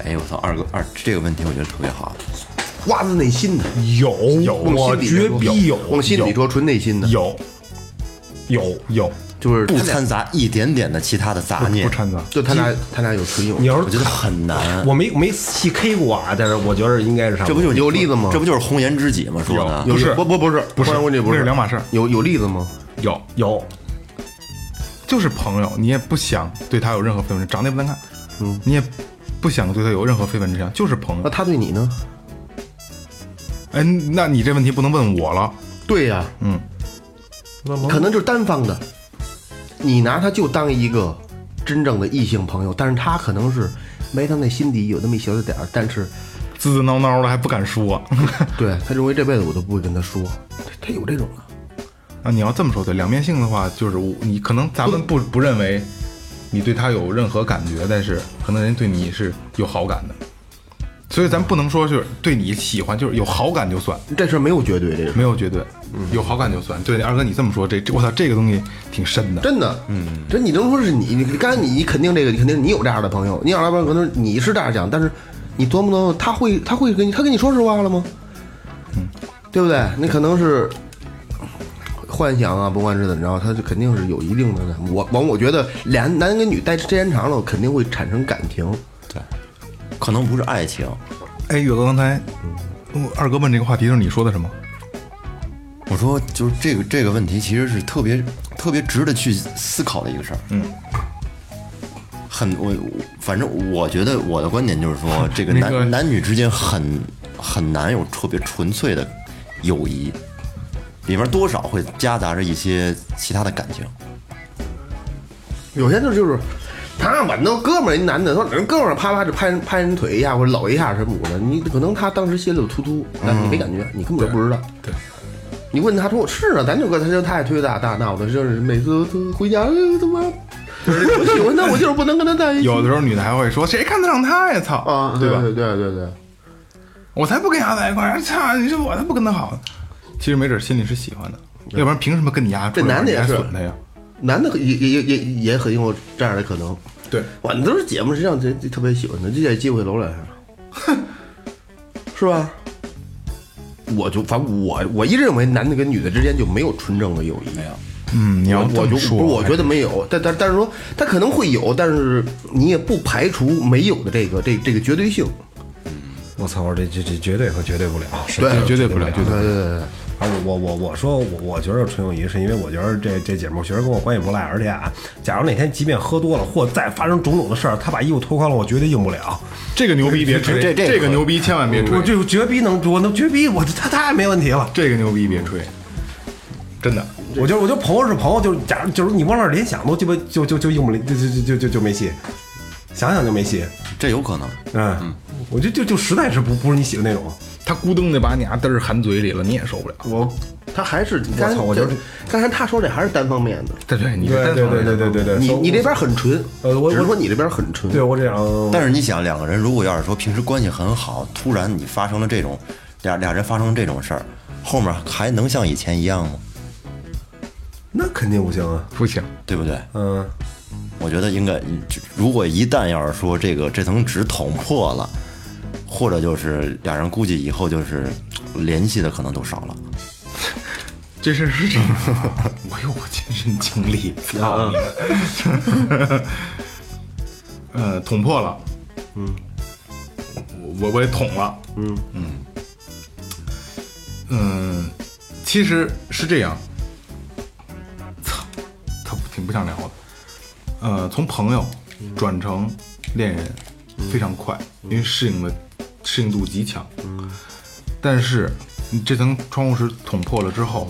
哎，我操，二哥二这个问题我觉得特别好。发自内心的，有有，往我心里绝说逼有，往心里说，纯内心的，有有有。就是不他俩，掺杂一点点的其他的杂念，不掺杂。就他俩，他俩有纯友谊你。要我是觉得很难。我没没细 K 过啊，但是我觉得应该是差不这多不。就是有例子吗这不就是红颜知己吗？说的啊有不是不不不是不是关乎这不那是两码事儿有有例子吗？有有就是朋友，你也不想对他有任何非分之想，长得也不难看，嗯，你也不想对他有任何非分之想，就是朋那友。他对你呢？哎，那你这问题不能问我了，对呀、嗯，可能就是单方的，你拿他就当一个真正的异性朋友，但是他可能是埋藏在心底有那么一小点儿，但是滋滋挠挠的还不敢说。对他认为这辈子我都不会跟他说，他他有这种啊，啊，你要这么说对，两面性的话，就是我你可能咱们不不认为你对他有任何感觉，但是可能人对你是有好感的。所以咱不能说就是对你喜欢，就是有好感就算，这事儿没有绝对，这个没有绝对，有好感就算。对，二哥你这么说，这这我操，这个东西挺深的。真的，嗯，这你能说是你？你刚才你你肯定这个，你肯定你有这样的朋友，你有要不然可能你是这样想，但是你琢磨琢磨，他会他会跟你他跟你说实话了吗？对不对？那可能是幻想啊，不管是怎么着，他就肯定是有一定的。我往我觉得俩男跟女待时间长了，肯定会产生感情。可能不是爱情。哎，宇哥刚才嗯我二哥问这个话题的时候，你说的什么？我说，就是这个这个问题，其实是特别特别值得去思考的一个事儿。嗯，很我我反正我觉得我的观点就是说，这个那男个男女之间很很难有特别纯粹的友谊，里面多少会夹杂着一些其他的感情。有些就是就是，他晚都哥们儿，一男的说人哥们儿啪啪就拍人拍人腿一下或者搂一下什么的，你可能他当时心里头突突，但是你没感觉，你根本就不知道。对，你问他说我是啊，咱就哥他就太推大大闹的，就是每次都回家哎他妈，我喜欢他，我就是不能跟他在一起。有的时候女的还会说，谁看得上他呀？操嗯啊，对对吧？对对对对，我才不跟丫在一块儿！操，你说我才不跟他好呢。其实没准心里是喜欢的，要不然凭什么跟你丫住这男的也你还是损他呀？男的也也也也也很有这样的可能。对，我们都是姐们，实际上这这特别喜欢的，这点机会搂两下，是吧？我就反正我我一直认为男的跟女的之间就没有纯正的友谊，没有。嗯，你要我这就么不是说，我觉得得没有，但但但是说他可能会有，但是你也不排除没有的这个这这个绝对性。我操！我说这这这绝对可绝对不了，是对绝对不了，绝对不了。对对对，啊，我我我我说我我觉得纯友谊是因为我觉得这这姐们儿确实跟我关系不赖，而且啊，假如哪天即便喝多了或再发生种种的事儿，她把衣服脱光了，我绝对硬不了。这个牛逼别吹，这这个牛逼千万别吹我，就绝逼能，我能绝逼，我她太没问题了。这个牛逼别吹，真的。我就我就朋友是朋友，就是假如就是你往那儿联想都鸡巴就就就硬不了，就就就就就就没戏，想想就没戏。这有可能，嗯，我就就就实在是不不是你喜欢那种。他咕噔的把你牙嘚儿含嘴里了，你也受不了。我他还是你我刚操我觉得才刚才他说这还是单方面的，对哎对，你对这单对方面对对对对对，你所以你这边很纯，呃我只是我说你这边很纯。对我这样，但是你想，两个人如果要是说平时关系很好，突然你发生了这种俩俩人发生这种事儿，后面还能像以前一样吗？那肯定不行啊。不行，对不对？嗯，我觉得应该，嗯就如果一旦要是说这个这层纸捅破了，或者就是俩人估计以后就是联系的可能都少了。这事儿是这样， 我有我亲身经历。操你妈！呃，捅破了，嗯，我我也捅了，嗯嗯嗯，其实是这样，操，他挺不想聊的。呃，从朋友转成恋人非常快，因为适应的适应度极强。但是你这层窗户纸捅破了之后，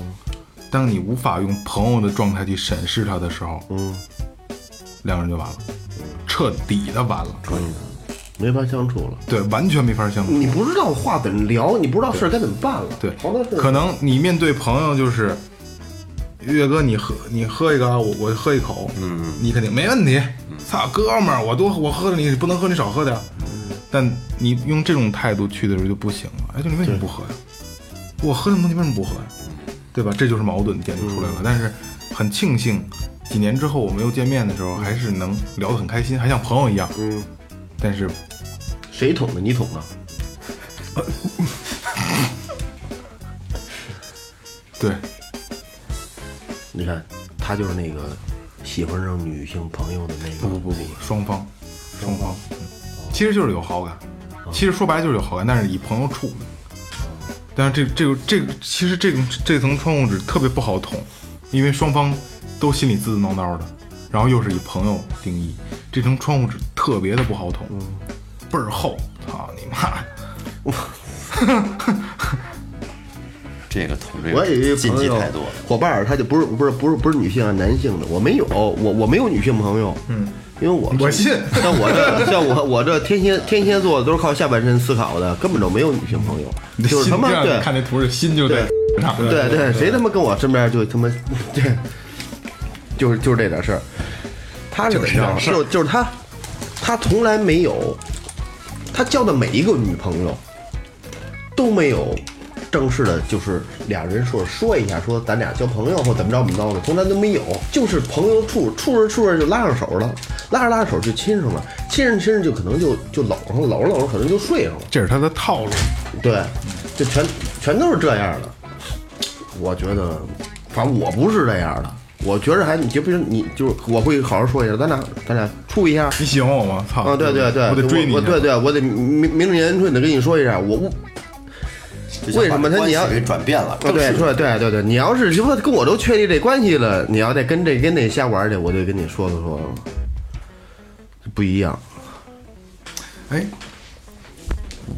当你无法用朋友的状态去审视他的时候，嗯，两个人就完了，彻底的完了，没法相处了。对，完全没法相处。你不知道话怎么聊，你不知道事儿该怎么办了。对好多事，儿可能你面对朋友就是，岳哥，你喝你喝一个啊，我我喝一口，嗯，你肯定没问题。操，哥们儿，我多我喝了你不能喝，你少喝点儿。但你用这种态度去的时候就不行了。哎，就你为什么不喝呀？我喝这么多，你为什么不喝呀？对吧？这就是矛盾点就出来了。但是很庆幸，几年之后我们又见面的时候，还是能聊得很开心，还像朋友一样。嗯，但是谁捅的？你捅的？对，你看，他就是那个喜欢上女性朋友的那个。不不不不，双方，双方，嗯其实就是有好感，嗯其实说白了就是有好感，但是以朋友处的。但是这这个这个，其实这个这层窗户纸特别不好捅，因为双方都心里自自挠挠的，然后又是以朋友定义，这层窗户纸特别的不好捅，嗯倍儿厚，操你妈！这个同这我也有个一禁朋忌友太多了。伙伴儿，他就不是不是不是不是女性啊，男性的我没有，我我没有女性朋友，嗯，因为我我信像我这像我我这天蝎天蝎座都是靠下半身思考的，根本就没有女性朋友， 就是他妈心这样对 你看那图是心就在 上，对对，谁他妈跟我身边就他妈对，就是就是这点事儿，他是怎么着？就就是他，他从来没有他交的每一个女朋友都没有正式的，就是俩人说说一下，说咱俩交朋友或怎么着怎么着的，从来都没有，就是朋友处处着处着就拉上手了，拉着拉着手就亲上了，亲上亲上就可能就就搂上了，搂着搂着可能就睡上了，这是他的套路。对，就全全都是这样的。我觉得，反正我不是这样的。我觉着还你就比如你就是我会好好说一下，咱俩咱俩处一下，你喜欢我吗？操！啊，对对对，我得追你一我下。对对，我得明明年春得跟你说一下，我我这就为什么把他你要关系给转变了？啊，对，说对对对，你要是说跟我都确立这关系了，你要再跟这跟那瞎玩去，我就跟你说了说，不一样。哎，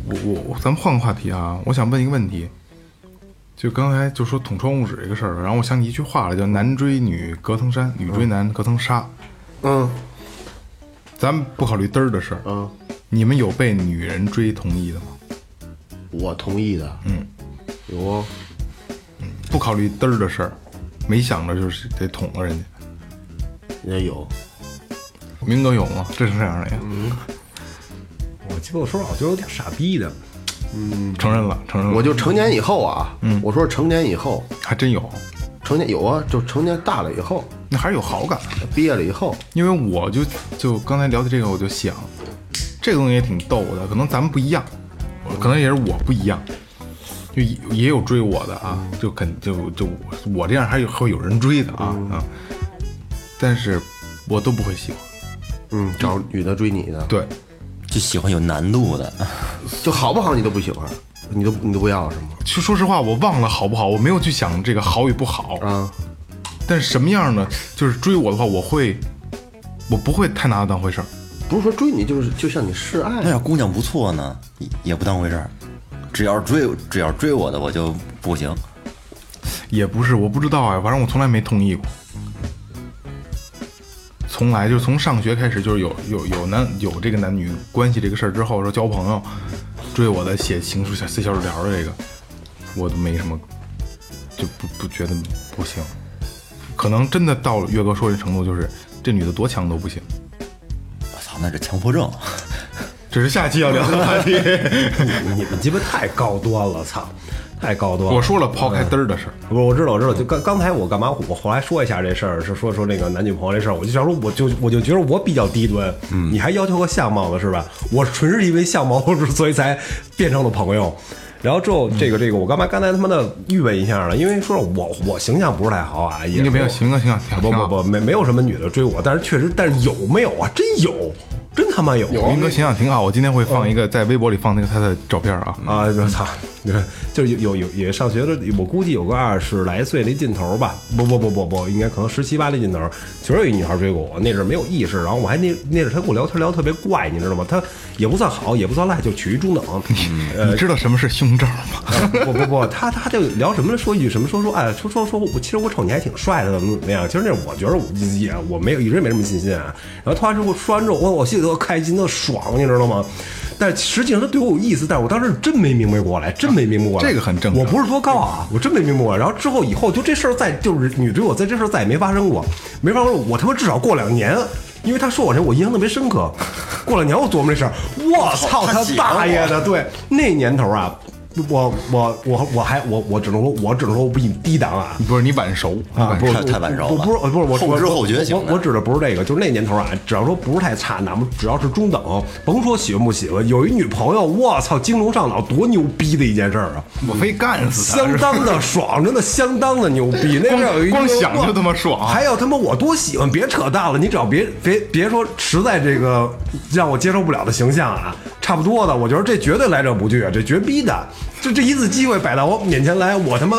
我我我，咱们换个话题啊，我想问一个问题，就刚才就说捅窗户纸这个事儿，然后我想起一句话来，叫“男追女隔层山，女追男隔层纱嗯”。咱们不考虑嘚儿的事儿，嗯，你们有被女人追同意的吗？我同意的。嗯，有哦不考虑嘚儿的事儿，没想着就是得捅了人家。也有。明哥有吗？这是这样的呀，我记得我说老觉得有点傻逼的，承认了，承认了，嗯我就成年以后啊，嗯，我说成年以后，还真有，成年有啊，就成年大了以后，那还是有好感。毕业了以后，因为我就就刚才聊起这个，我就想，这个东西也挺逗的，可能咱们不一样，可能也是我不一样，就也也有追我的啊，就肯就就我我这样还有会有人追的啊啊，但是我都不会喜欢，嗯，找女的追你的，对，就喜欢有难度的， 就好不好你都不喜欢，你都你都不要是吗？其实说实话，我忘了好不好，我没有去想这个好与不好，啊，但是什么样呢？就是追我的话，我会，我不会太拿它当回事儿。不是说追你，就是就像你示那爱，要姑娘不错呢，也也不当回事儿。只要是追只要是追我的，我就不行。也不是，我不知道哎，反正我从来没同意过。从来就是从上学开始，就是有有有男有这个男女关系这个事儿之后，说交朋友、追我的、写情书、写写小纸条的这个，我都没什么，就不不觉得不行。可能真的到了岳哥说这程度，就是这女的多强都不行。我操，那这强迫症，这是下期要聊的话题。你们鸡巴太高端了，操，太高端了。 嗯我说了，抛开嘚儿的事儿，不是，我知道，我知道。就刚刚才我干嘛？我后来说一下这事儿，是说说那个男女朋友这事儿，我就想说，我就我就觉得我比较低端，嗯你还要求个相貌呢，是吧？我纯是因为相貌，所以才变成了朋友。然后之后，嗯这个这个，我干嘛刚才他妈的预备一下呢？因为说实话我我形象不是太好啊，也你没有行啊行啊，挺不不好，不，没没有什么女的追我，但是确实，但是有没有啊？真有，真他妈有，明哥形象挺好。我今天会放一个在微博里放那个他的照片啊。啊，我操！就是有有有也上学的，我估计有个二十来岁那劲头吧，不不不不不，应该可能十七八那劲头，确实有一女孩追过我，那阵儿没有意识，然后我还那那阵儿她跟我聊天聊得特别怪，你知道吗？她也不算好，也不算赖，就取于中等。你知道什么是胸罩吗？啊 不不不，他他就聊什么说一句什么说说哎说说说我其实我瞅你还挺帅的怎么怎么样，其实那我觉得我也我没有一直没什么信心啊。然后他之后说完之后，我我心里特开心特爽，你知道吗？但实际上他对我有意思，但是我当时真没明白过来，真没明白过来。这个很正常我不是多高啊，我真没明白过来。然后之后以后就这事儿再就是女追我，在这事儿再也没发生过，没发生过。我他妈至少过两年。因为他说我这，我印象特别深刻。过两年我琢磨这事儿，我操他大爷的！对，那年头啊，我我我我还我我只能说，我只能说我比你低档啊。不是你晚熟啊，不是太太晚熟了我不是我不是后我知后觉型我的我指的不是这个，就是那年头啊，只要说不是太差，哪怕只要是中等，甭说喜欢不喜欢，有一女朋友，我操，精虫上脑，多牛逼的一件事儿啊！我非干死他！相当的爽，真的相当的牛 逼。那阵儿有一光个想就他妈爽啊还有他妈我多喜欢，别扯淡了，你只要别别别说实在这个让我接受不了的形象啊，差不多的，我觉得这绝对来者不拒，这绝逼的，就这一次机会摆到我面前来，我他妈。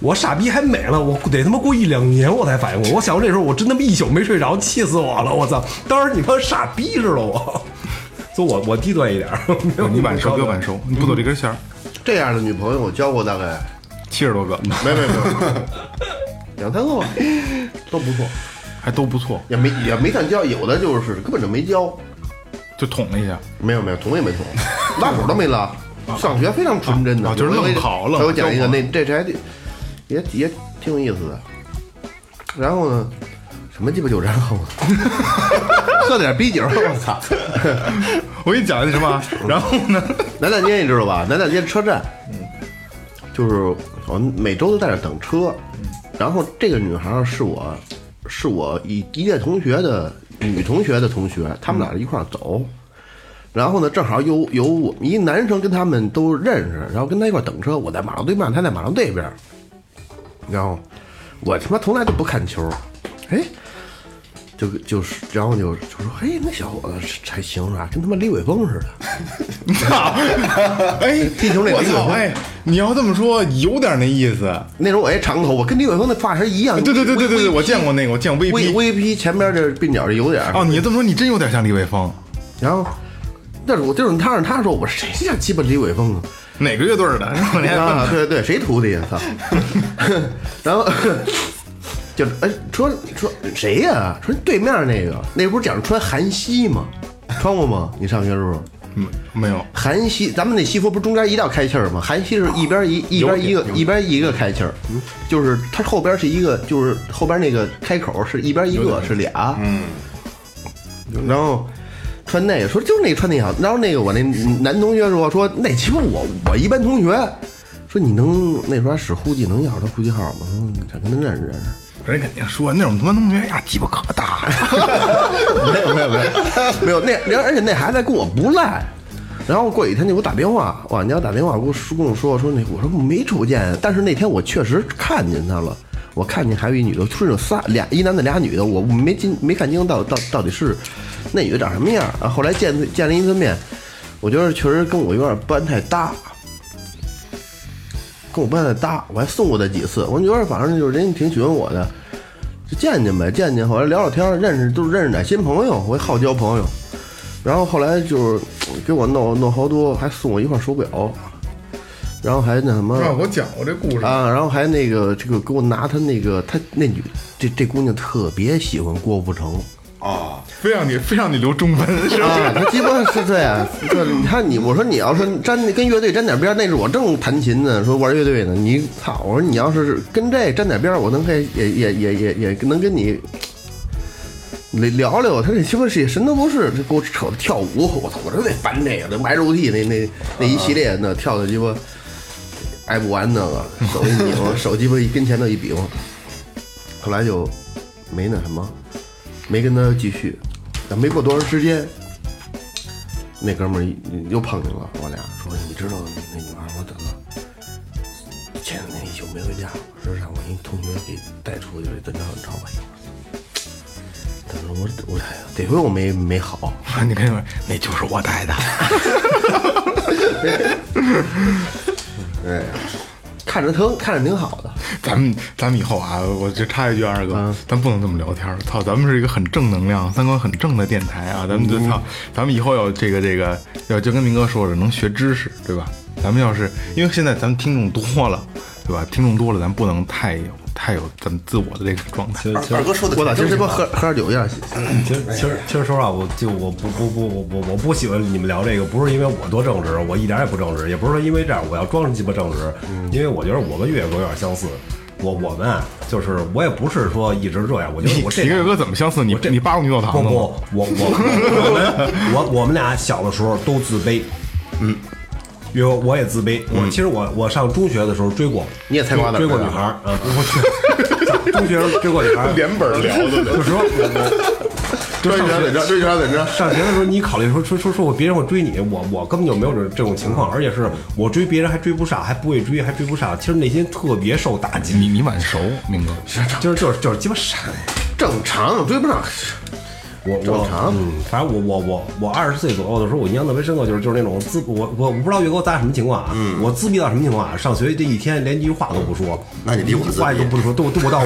我傻逼还美了，我得他妈过一两年我才反应过来。我想这时候我真他妈一宿没睡着，气死我了！我操，当时你妈傻逼似的我，所以我我低端一点儿， 没有你晚熟高哥端晚熟，你不走这根弦儿，这样的女朋友我交过大概七十多个，嗯哎没没没，两三个吧，都不错，还都不错，也没也没算交，有的就是根本就没交，就捅了一下。没有没有，同也没同，拉手都没 拉，上学非常纯真的，啊就是愣考愣给我讲一个，交那这这还得也也挺有意思的。然后呢，什么鸡巴就然后呢？ 喝点啤酒， 我操！我给你讲那什么，然后 呢， 南大街你知道吧？南大街车站，就是我每周都在那儿等车。然后这个女孩儿是我，是我一一届同学的女同学的同学，他们俩一块儿走。然后呢，正好有有我们一男生跟他们都认识，然后跟他一块儿等车，我在马路对面，他在马路对边儿。然后我他妈从来就不看球，哎，就就是，然后就就说，嘿，那小伙子还行是吧？跟他妈李伟峰似的。哎，地球那我李伟操，峰哎，你要这么说，有点那意思。那时候我也长头发，跟李伟峰那发型一样。对对对对对对，我见过那个，我见过 V VP。 V P 前边这鬓角这有点儿哦，你这么说，你真有点像李伟峰。然后，但是我就是他让他说我谁家鸡巴李伟峰啊？哪个乐队 的？然后你还问啊，对对，谁徒 弟呀？操！然后就是哎，说说谁呀、说对面那个，那不是讲穿韩熙吗？穿过吗？你上学时候？嗯没有？韩熙，咱们那西服不是中间一道开气儿吗？韩熙是一边一一边一个一边一个开气儿，就是它后边是一个，就是后边那个开口是一边一个是俩，嗯，然后穿那个说就是那穿那样，然后那个我那男同学说说那鸡巴我我一班同学说你能那时候还使呼机能要着他呼机号吗？我说你想跟他认识认识。人肯定说那种他妈同学呀，鸡巴可大了。没有没有没有没有那然后而且那孩子还跟我不赖，然后过几天就给我打电话，往家打电话给我说跟我说说那我说没瞅见，但是那天我确实看见他了，我看见还有一女的，顺着仨俩一男的俩女的，我没进没看清到到到底是那女的长什么样，啊后来见见了一次面，我觉得确实跟我有点不太搭。跟我不太搭，我还送过他几次。我觉得反正就是人家挺喜欢我的，就见见呗，见见，后来聊聊天儿，认识都是认识点新朋友，我也好交朋友。然后后来就是嗯给我弄弄好多，还送我一块手表，然后还那什么让我讲过这故事。啊，然后还那个这个给我拿他那个他那女这这姑娘特别喜欢郭富城。非让你非让你留中文是吧？啊，他鸡巴是对啊，这你看你，我说你要是沾跟乐队沾点边儿，那是我正弹琴呢，说玩乐队呢，你操！我说你要是跟这沾点边儿，我能跟也也也也也能跟你聊聊。他这鸡巴是什么都不是，这给我扯的跳舞，我操！我真得烦这个，这埋肉地那那那一系列那跳的鸡巴挨不完那个，手一拧，手鸡巴一跟前头一比划，后来就没那什么，没跟他继续。但没过多长时间，那哥们儿又碰见了我俩，说你知道那女孩儿我怎么前两天一宿没回家，我说让我一同学给带出去，怎么着怎么着吧。他说我我哎呀得亏我没没好， 你跟我说，那就是我带的。看着疼，看着挺好的。咱们咱们以后啊，我就插一句，二哥，嗯咱不能这么聊天儿。操，咱们是一个很正能量、三观很正的电台啊。咱们嗯就操，咱们以后要这个这个，要就跟明哥说的，能学知识，对吧？咱们要是因为现在咱们听众多了，对吧？听众多了，咱不能太有太有咱们自我的这个状态。其实其实二哥说的我操，今儿这不喝喝点酒一样，其实其实其实说实话，我就我不不不我我我不喜欢你们聊这个，不是因为我多正直，我一点也不正直，也不是说因为这样我要装鸡巴正直，因为我觉得我跟岳哥有点相似，我我们啊，就是我也不是说一直这样，我觉你得我这你跟岳哥怎么相似？你你扒过女澡不堂子不，吗？我我我我我们俩小的时候都自卑，嗯，因为我也自卑，嗯我其实我我上中学的时候追过，你也菜瓜子儿追追过女孩儿啊， 我去，中学追过女孩 儿，连本儿聊的，就是说我我就上学着？追求怎着？上学的时候，你考虑说说说说我别人会追你，我我根本就没有这这种情况，而且是我追别人还追不上，还不会追，还追不上，其实内心特别受打击，你你晚熟，明哥。就是就是就是鸡巴傻。正常，追不上。我正我常嗯，反正我我我我二十岁左右的时候，我印象特别深刻，就是就是那种自我我我不知道岳哥咱什么情况啊，嗯我自闭到什么情况啊？上学这一天连一句话都不说，那你比我一句自话闭都不说，都都我到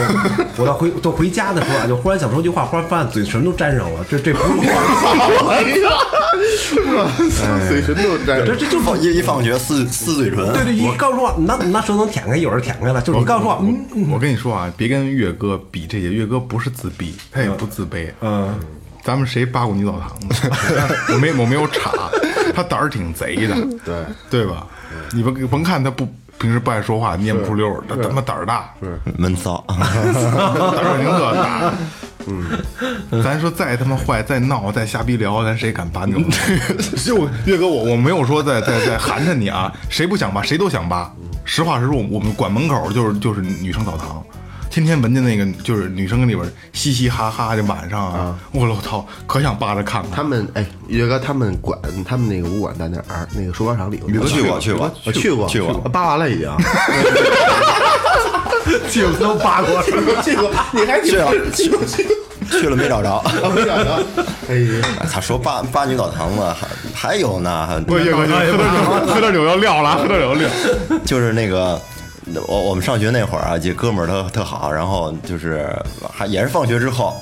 我到回到回家的时候啊，就忽然想说句话，忽然发现嘴唇都粘上了，这这不 是话，哎呀，嘴唇都沾这这就是放一一放学撕撕嘴嗯唇，对对，一告诉我拿拿舌头舔开，有人舔开了，就是你告诉我，嗯，我跟你说啊，别跟岳哥比这些，岳哥不是自闭，他也不自卑。嗯，咱们谁扒过女澡堂子？我没我没有查，他胆儿挺贼的，对对吧？你甭甭看他不平时不 爱说话，蔫不出溜儿，他他妈胆儿大， 闷骚，胆儿挺特大。嗯咱说再他妈坏、再闹、再瞎逼聊，咱谁敢拔牛？ 就岳哥，我我没有说在在在寒碜你啊，谁不想拔，谁都想拔。实话实说，我们管门口就是就是女生澡堂，天天闻见那个就是女生跟里边嘻嘻哈哈的，晚上啊，我老操，可想扒着看看。他们哎，岳哥他们管他们那个武馆在哪儿？那个手表厂里头。我去过，去过，我去过，去过。扒完了已 经。去都扒过，去过，你还挺去了去过去过。啊去了没找着。啊没想到，哎呀，哎他说八八女澡堂子还还有呢，还不是岳哥，你喝点酒，喝点酒要撂了啊，喝点酒要 撂。就是那个，我我们上学那会儿啊，这哥们儿特特好，然后就是还也是放学之后，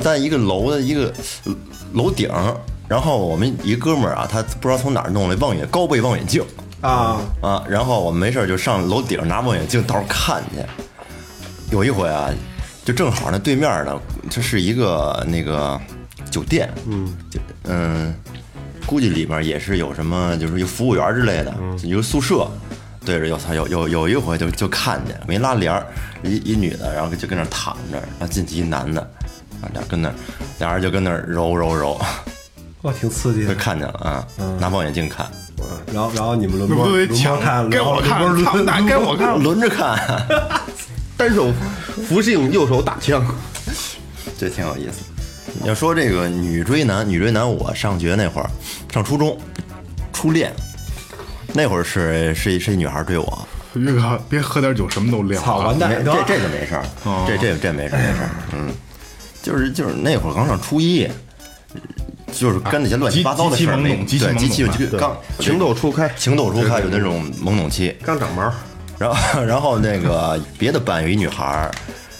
在一个楼的一个呃楼顶儿，然后我们一哥们儿啊，他不知道从哪儿弄了望远高倍望远镜啊啊，然后我们没事儿就上楼顶儿拿望远镜到处看去。有一回啊，就正好那对面儿呢，这是一个那个酒店，嗯，嗯，估计里边儿也是有什么，就是有服务员之类的，一个宿舍。对着有操有有有一回就就看见没拉帘儿，一一女的，然后就跟那儿躺着，然后进去一男的，啊俩跟那儿俩人就跟那儿揉揉揉，哇，挺刺激就的。看见了啊，拿望远镜看，然后然后你们轮你播不得轮播抢看，给我看，轮操播那给我看， 轮着看，单手扶幸，右手打枪，这挺有意思。要说这个女追男，女追男，我上学那会儿，上初中，初恋，那会儿是是是一女孩追我，岳哥别喝点酒，什么都撂啊。操完蛋没得这这就没事儿，哦这这这没事儿没事儿，嗯，就是就是那会儿刚上初一，就是跟那些乱七八糟的啊极事儿极其没懵懂极其对懵极其懂啊就刚情窦初开，情窦初开有那种懵懂期，刚长毛，然后 然后那个别的班有一女孩儿，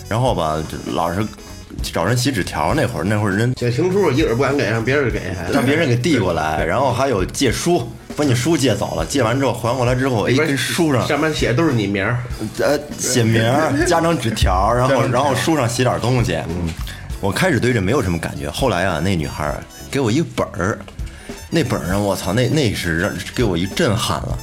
然后吧就老是找人写纸条，那会儿那会儿人写情书一会儿不敢给，让别人给，还让别人给递过来，然后还有借书。把你书借走了，借完之后还回来之后，哎，里边跟书上上面写的都是你名儿，呃，写名儿、家长纸条儿，然后然后书上写点东西。我开始对这没有什么感觉，后来啊，那女孩儿给我一本儿，那本儿上我操，那那是让给我一震撼了。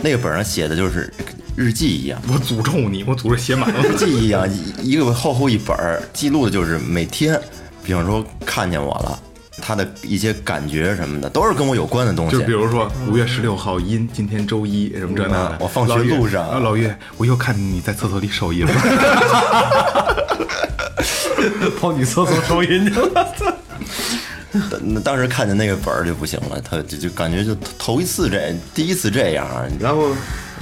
那个本儿上写的就是日记一样，我诅咒你，我诅咒写满了。 日记一样，一一个厚厚一本儿，记录的就是每天，比方说看见我了，她的一些感觉什么的，都是跟我有关的东西。就比如说五月十六号阴，今天周一什么这那的嗯。我放学老岳路上啊，老岳，我又看你在厕所里手淫了。跑女厕所收银 去了。呃那当时看见那个本儿就不行了，他就就感觉就头一次这第一次这样，啊然后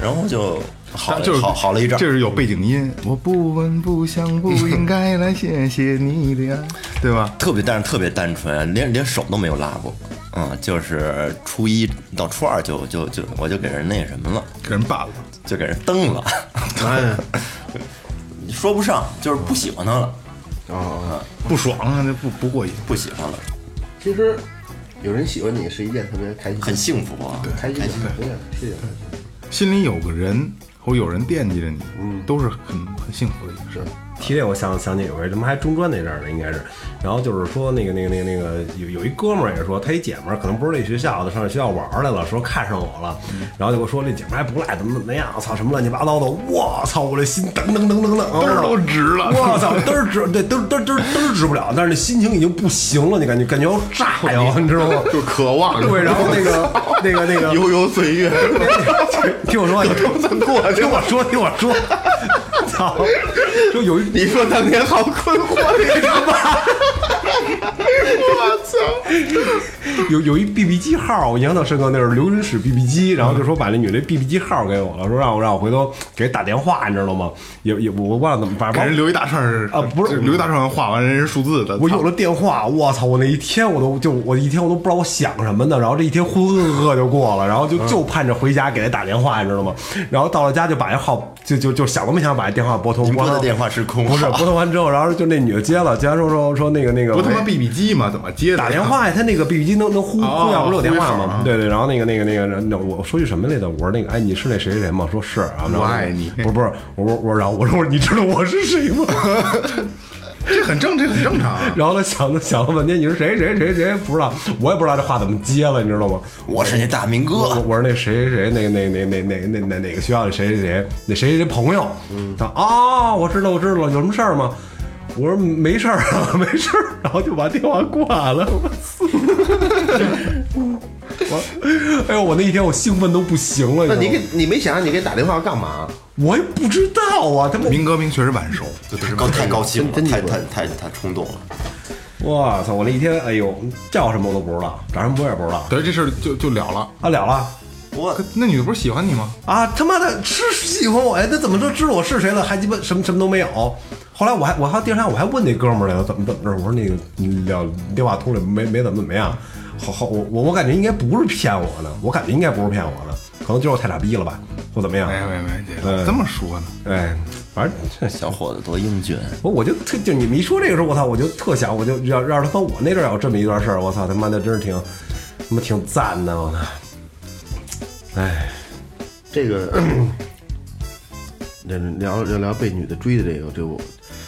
然后就好了，就是好好了一阵这儿。是有背景音。我不闻不想不应该来，谢谢你的爱，对吧？特别，但是特别单纯，连连手都没有拉过，嗯，就是初一到初二就就就我就给人那什么了，给人办了，就给人蹬了，哎呀， 说不上，就是不喜欢他了，不爽啊，那不不过瘾。不喜欢了，其实有人喜欢你是一件特别开心的很事，幸福啊，开心的事，真的是的心里有个人或有人惦记着你，都是很很幸福的一件事。提这我想想起有回，他妈还中专那阵儿呢，应该是。然后就是说那个那个那个那个有有一哥们儿也说，他一姐们儿可能不是那学校的，上这学校玩儿来了，说看上我了，然后就跟我说那姐们儿还不赖，怎么怎么样，操什么乱七八糟的，我操我这心噔噔噔噔噔，嘚儿都直了我操嘚儿直，对嘚儿嘚儿嘚儿嘚儿直不了，但是那心情已经不行了，你感觉感觉要炸呀，你知道吗？就渴望对，然后那个那个那个 悠悠岁月，听我说，你听我说，听我说，操！就有一你说当年好困惑， 有有一 BB 机号，我印象特深刻，那是刘云史 BB 机，然后就说把那女的 BB 机号给我了，说让我让我回头给她打电话，你知道吗？也也我我忘了怎么办，给人留一大串儿啊不是留一大串画完人家数字的。我有了电话，我操！我那一天我都就我一天我都不知道我想什么呢，然后这一天浑浑噩噩就过了，然后就就盼着回家给他打电话，你知道吗？然后到了家就把这号就就就想都没想把这电话拨通，您拨拨通的电话是空啊不是号拨通完之后，然后就那女的接了，接完说说说那个那个不他妈喂 BB 机吗？怎么接的哎打电？话呀，他那个 BB 机能能呼哦呼叫不是有电话呼一声吗啊？对对，然后那个那个那个，那我说句什么来着？我说那个，哎，你是那谁谁谁吗？说是啊，然后我爱你不是不是，我说我说然后我说我说你知道我是谁吗？这很正，这很正常啊。 然后他想了想了半天，你是谁谁谁谁不知道，我也不知道这话怎么接了，你知道吗？我是那大明我哥，我是那谁谁谁那那那那那那那哪嗯个学校的谁谁谁那谁谁谁朋友，他啊，我知道我知道，有什么事儿吗？我说没事儿啊，没事儿，然后就把电话挂了。我 操！我，哎呦，我那一天我兴奋都不行了。那你知道给吗你没想想你给打电话干嘛？我也不知道啊，他们民歌兵确实晚熟，太高太高兴了，真真太牛太太太冲动了。我操！我那一天，哎呦，叫什么我都不知道，长什么我也不知道。对这事儿就就了了。啊，了了我可那女的不是喜欢你吗？啊！他妈的，是喜欢我呀？那怎么就知道我是谁了？还鸡巴什么什么都没有。后来我还我还第二天我还问那哥们儿来了，怎么怎么着？我说那个你聊电话通里没没怎么怎么样。好好，我我我感觉应该不是骗我的，我感觉应该不是骗我的，可能就是我太傻逼了吧，或怎么样？没哎，没没，姐嗯这么说呢？反正这小伙子多英俊，啊我我就特就你们一说这个时候，我操，我就特想，我就要要是他妈我那阵儿要有这么一段事儿，我操他妈的真是挺他妈挺赞的，我操！哎这个， 嗯聊聊聊被女的追的这个，这我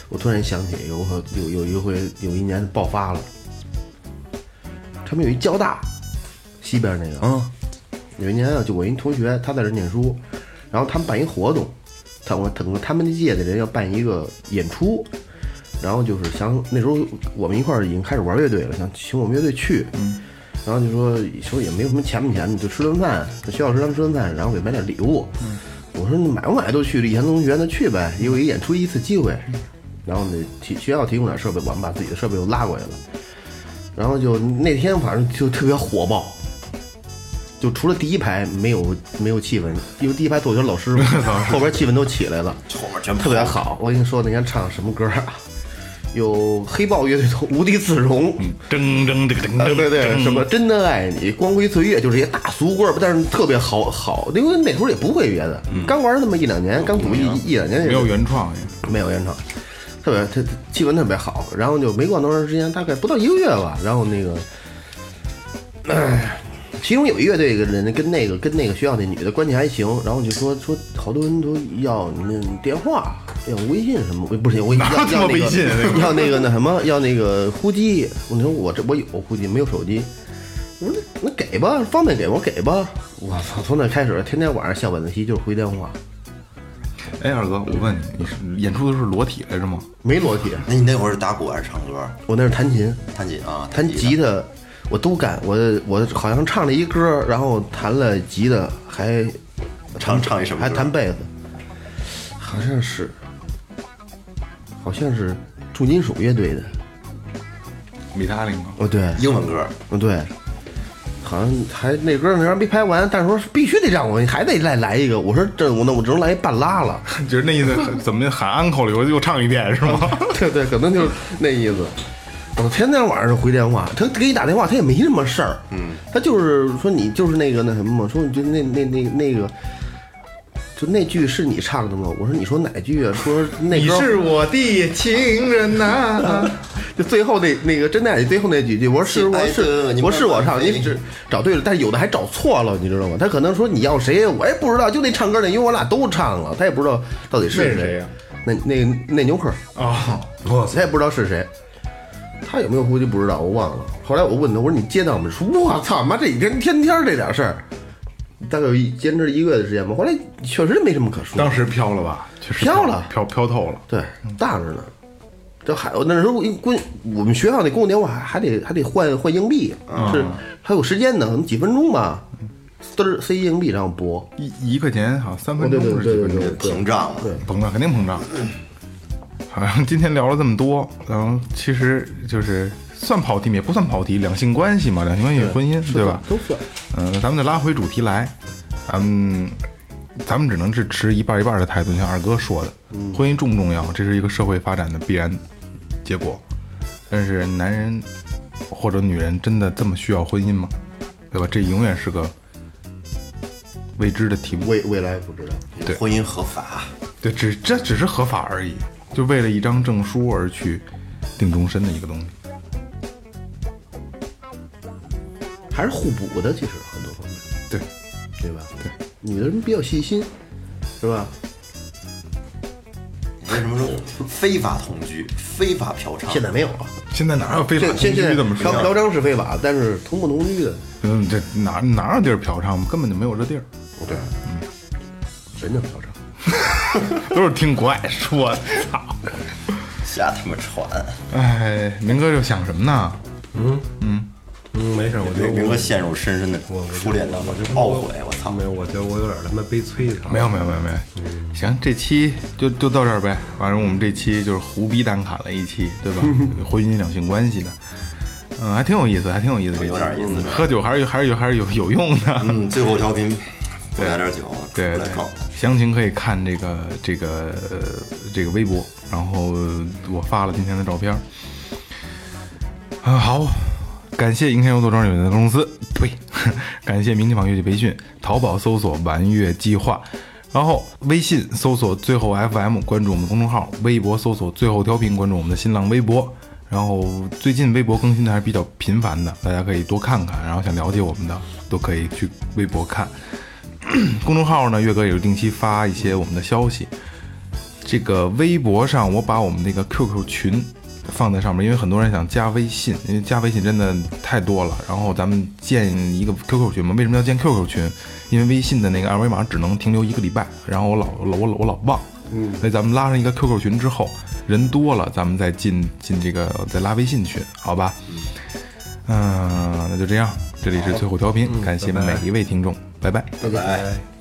我突然想起有和有有一回有一年爆发了，他们有一交大西边那个，嗯，有一年啊，就我一同学他在这儿念书，然后他们办一活动，他我等他们那届的人要办一个演出，然后就是想那时候我们一块儿已经开始玩乐队了，想请我们乐队去，然后就说说也没有什么钱不钱的，就吃顿饭，在学校食堂吃顿饭，然后给买点礼物。我说你买不买都去，以前同学那去呗，因为演出一次机会。然后呢，提学校提供点设备，我们把自己的设备又拉过来了。然后就那天反正就特别火爆，就除了第一排没有没有气氛，因为第一排坐全 老师傅，后边气氛都起来了，后面全特别好。我跟你说那天唱什么歌啊？有黑豹乐队的《无地自容》，嗯噔噔噔噔啊，噔，对对，什么真的爱你、光辉岁月，就是一些大俗歌，但是特别好好，因为那时候也不会别的，嗯刚玩那么一两年，刚组一一一两年也没有原创，没有原唱，特别他气氛特别好，然后就没过多长时间，大概不到一个月吧，然后那个，唉其中有一乐队的人跟那个跟那个学校那女的关系还行，然后就说说好多人都要那电话、要微信什么，不是我要哪有这么要那微信啊个要那个那什么要那个呼机，我说我这我有呼机没有手机。我说那那给吧，方便给我给吧。我操！从那开始，天天晚上下晚自习就是回电话，哎，二哥，我问你，你是演出的时候裸体来着吗？没裸体。那你那会儿是打鼓还是唱歌？我那是弹琴，弹琴啊，弹吉他我都干，我我好像唱了一歌，然后弹了吉他，还唱唱一什么还歌弹贝斯，好像是，好像是重金属乐队的，米塔林吗？哦对，英文歌，哦对，好像还那歌那边没拍完，但是说必须得让我还得再来一个，我说这我那我只能来一半拉了，就是那意思，怎么喊 uncle 里我又唱一遍是吗？ 对对，可能就是那意思。我天天晚上就回电话，他给你打电话，他也没什么事儿，嗯，他就是说你就是那个那什么嘛，说你就那那那那个，就那句是你唱的吗？我说你说哪句啊？说那歌我的情人呐、 就最后那那个真的爱你最后那几句，我说是我是亲爱的你我慢慢是我唱，飞你只找对了，但是有的还找错了，你知道吗？他可能说你要谁，我也不知道，就那唱歌那，因为我俩都唱了，他也不知道到底那是是谁呀那那那牛克，啊！我操！他也不知道是谁，他有没有呼吸不知道，我忘了。后来我问他，我说你接到没？说我操妈，这几天天天这点事儿，大概有一坚持一个月的时间吧。后来确实没什么可说。当时飘了吧？确实飘了飘飘透了。对大着呢，这还那时候一公我们学校那公共电话还还得还得换换硬币，啊是还有时间呢，可能几分钟吧，嘚儿塞硬币然后拨。一一块钱好像三哦分对钟对还是几对对分钟对，对膨胀了。膨胀肯定膨胀。好像今天聊了这么多，然后其实就是算跑题吗也不算跑题，两性关系嘛，两性关系与婚姻，对吧？都算。嗯，咱们再拉回主题来，嗯，咱们只能是持一半一半的态度，像二哥说的，婚姻重不重要？这是一个社会发展的必然结果。但是男人或者女人真的这么需要婚姻吗？对吧？这永远是个未知的题目。未未来不知道，对婚姻合法，对，只这只是合法而已，就为了一张证书而去定终身的一个东西。还是互补的，其实很多方面，对，对吧？对，女的人比较细心，是吧？啊你为什么说非法同居、非法嫖娼？现在没有了。现在哪有非法同现现居在这么嫖说嫖的？娼是非法，但是同不同居的，嗯，这哪哪有地儿嫖娼？根本就没有这地儿，对，嗯，谁能嫖娼？都是听国外说的。操瞎他妈传。 哎，明哥就想什么呢？嗯，没事，我觉得明明我哥陷入深深的初恋当中，懊悔，我操！没有，我觉得我有点他妈悲催。没有没有没有没有，行，这期就就到这儿呗。反正我们这期就是胡逼单侃了一期，对 吧？婚姻两性关系的，嗯，还挺有意思，还挺有意思这期，有点意思嗯喝酒还是有还是有还是有有用 的。嗯，最后调频，我来点酒，对我来对搞。，详情可以看这个这个呃这个微博，然后我发了今天的照片儿。啊，好，感谢银山游做装饰有限公司，呸， 感谢明天网乐器培训，淘宝搜索“玩乐计划”，然后微信搜索“最后 FM”，关注我们的公众号；微博搜索“最后调频”，关注我们的新浪微博。然后最近微博更新的还是比较频繁的，大家可以多看看。然后想了解我们的，都可以去微博看。 公众号呢，月哥也是定期发一些我们的消息。这个微博上，我把我们那个 QQ 群放在上面，因为很多人想加微信，因为加微信真的太多了。然后咱们建一个 QQ 群嘛，为什么要建 QQ 群？因为微信的那个二维码只能停留一个礼拜，然后我老我老我老我老忘，嗯，所以咱们拉上一个 QQ 群之后，人多了，咱们再进进这个再拉微信群，好吧？嗯、那就这样，这里是最后调频，感谢每一位听众，拜拜拜拜。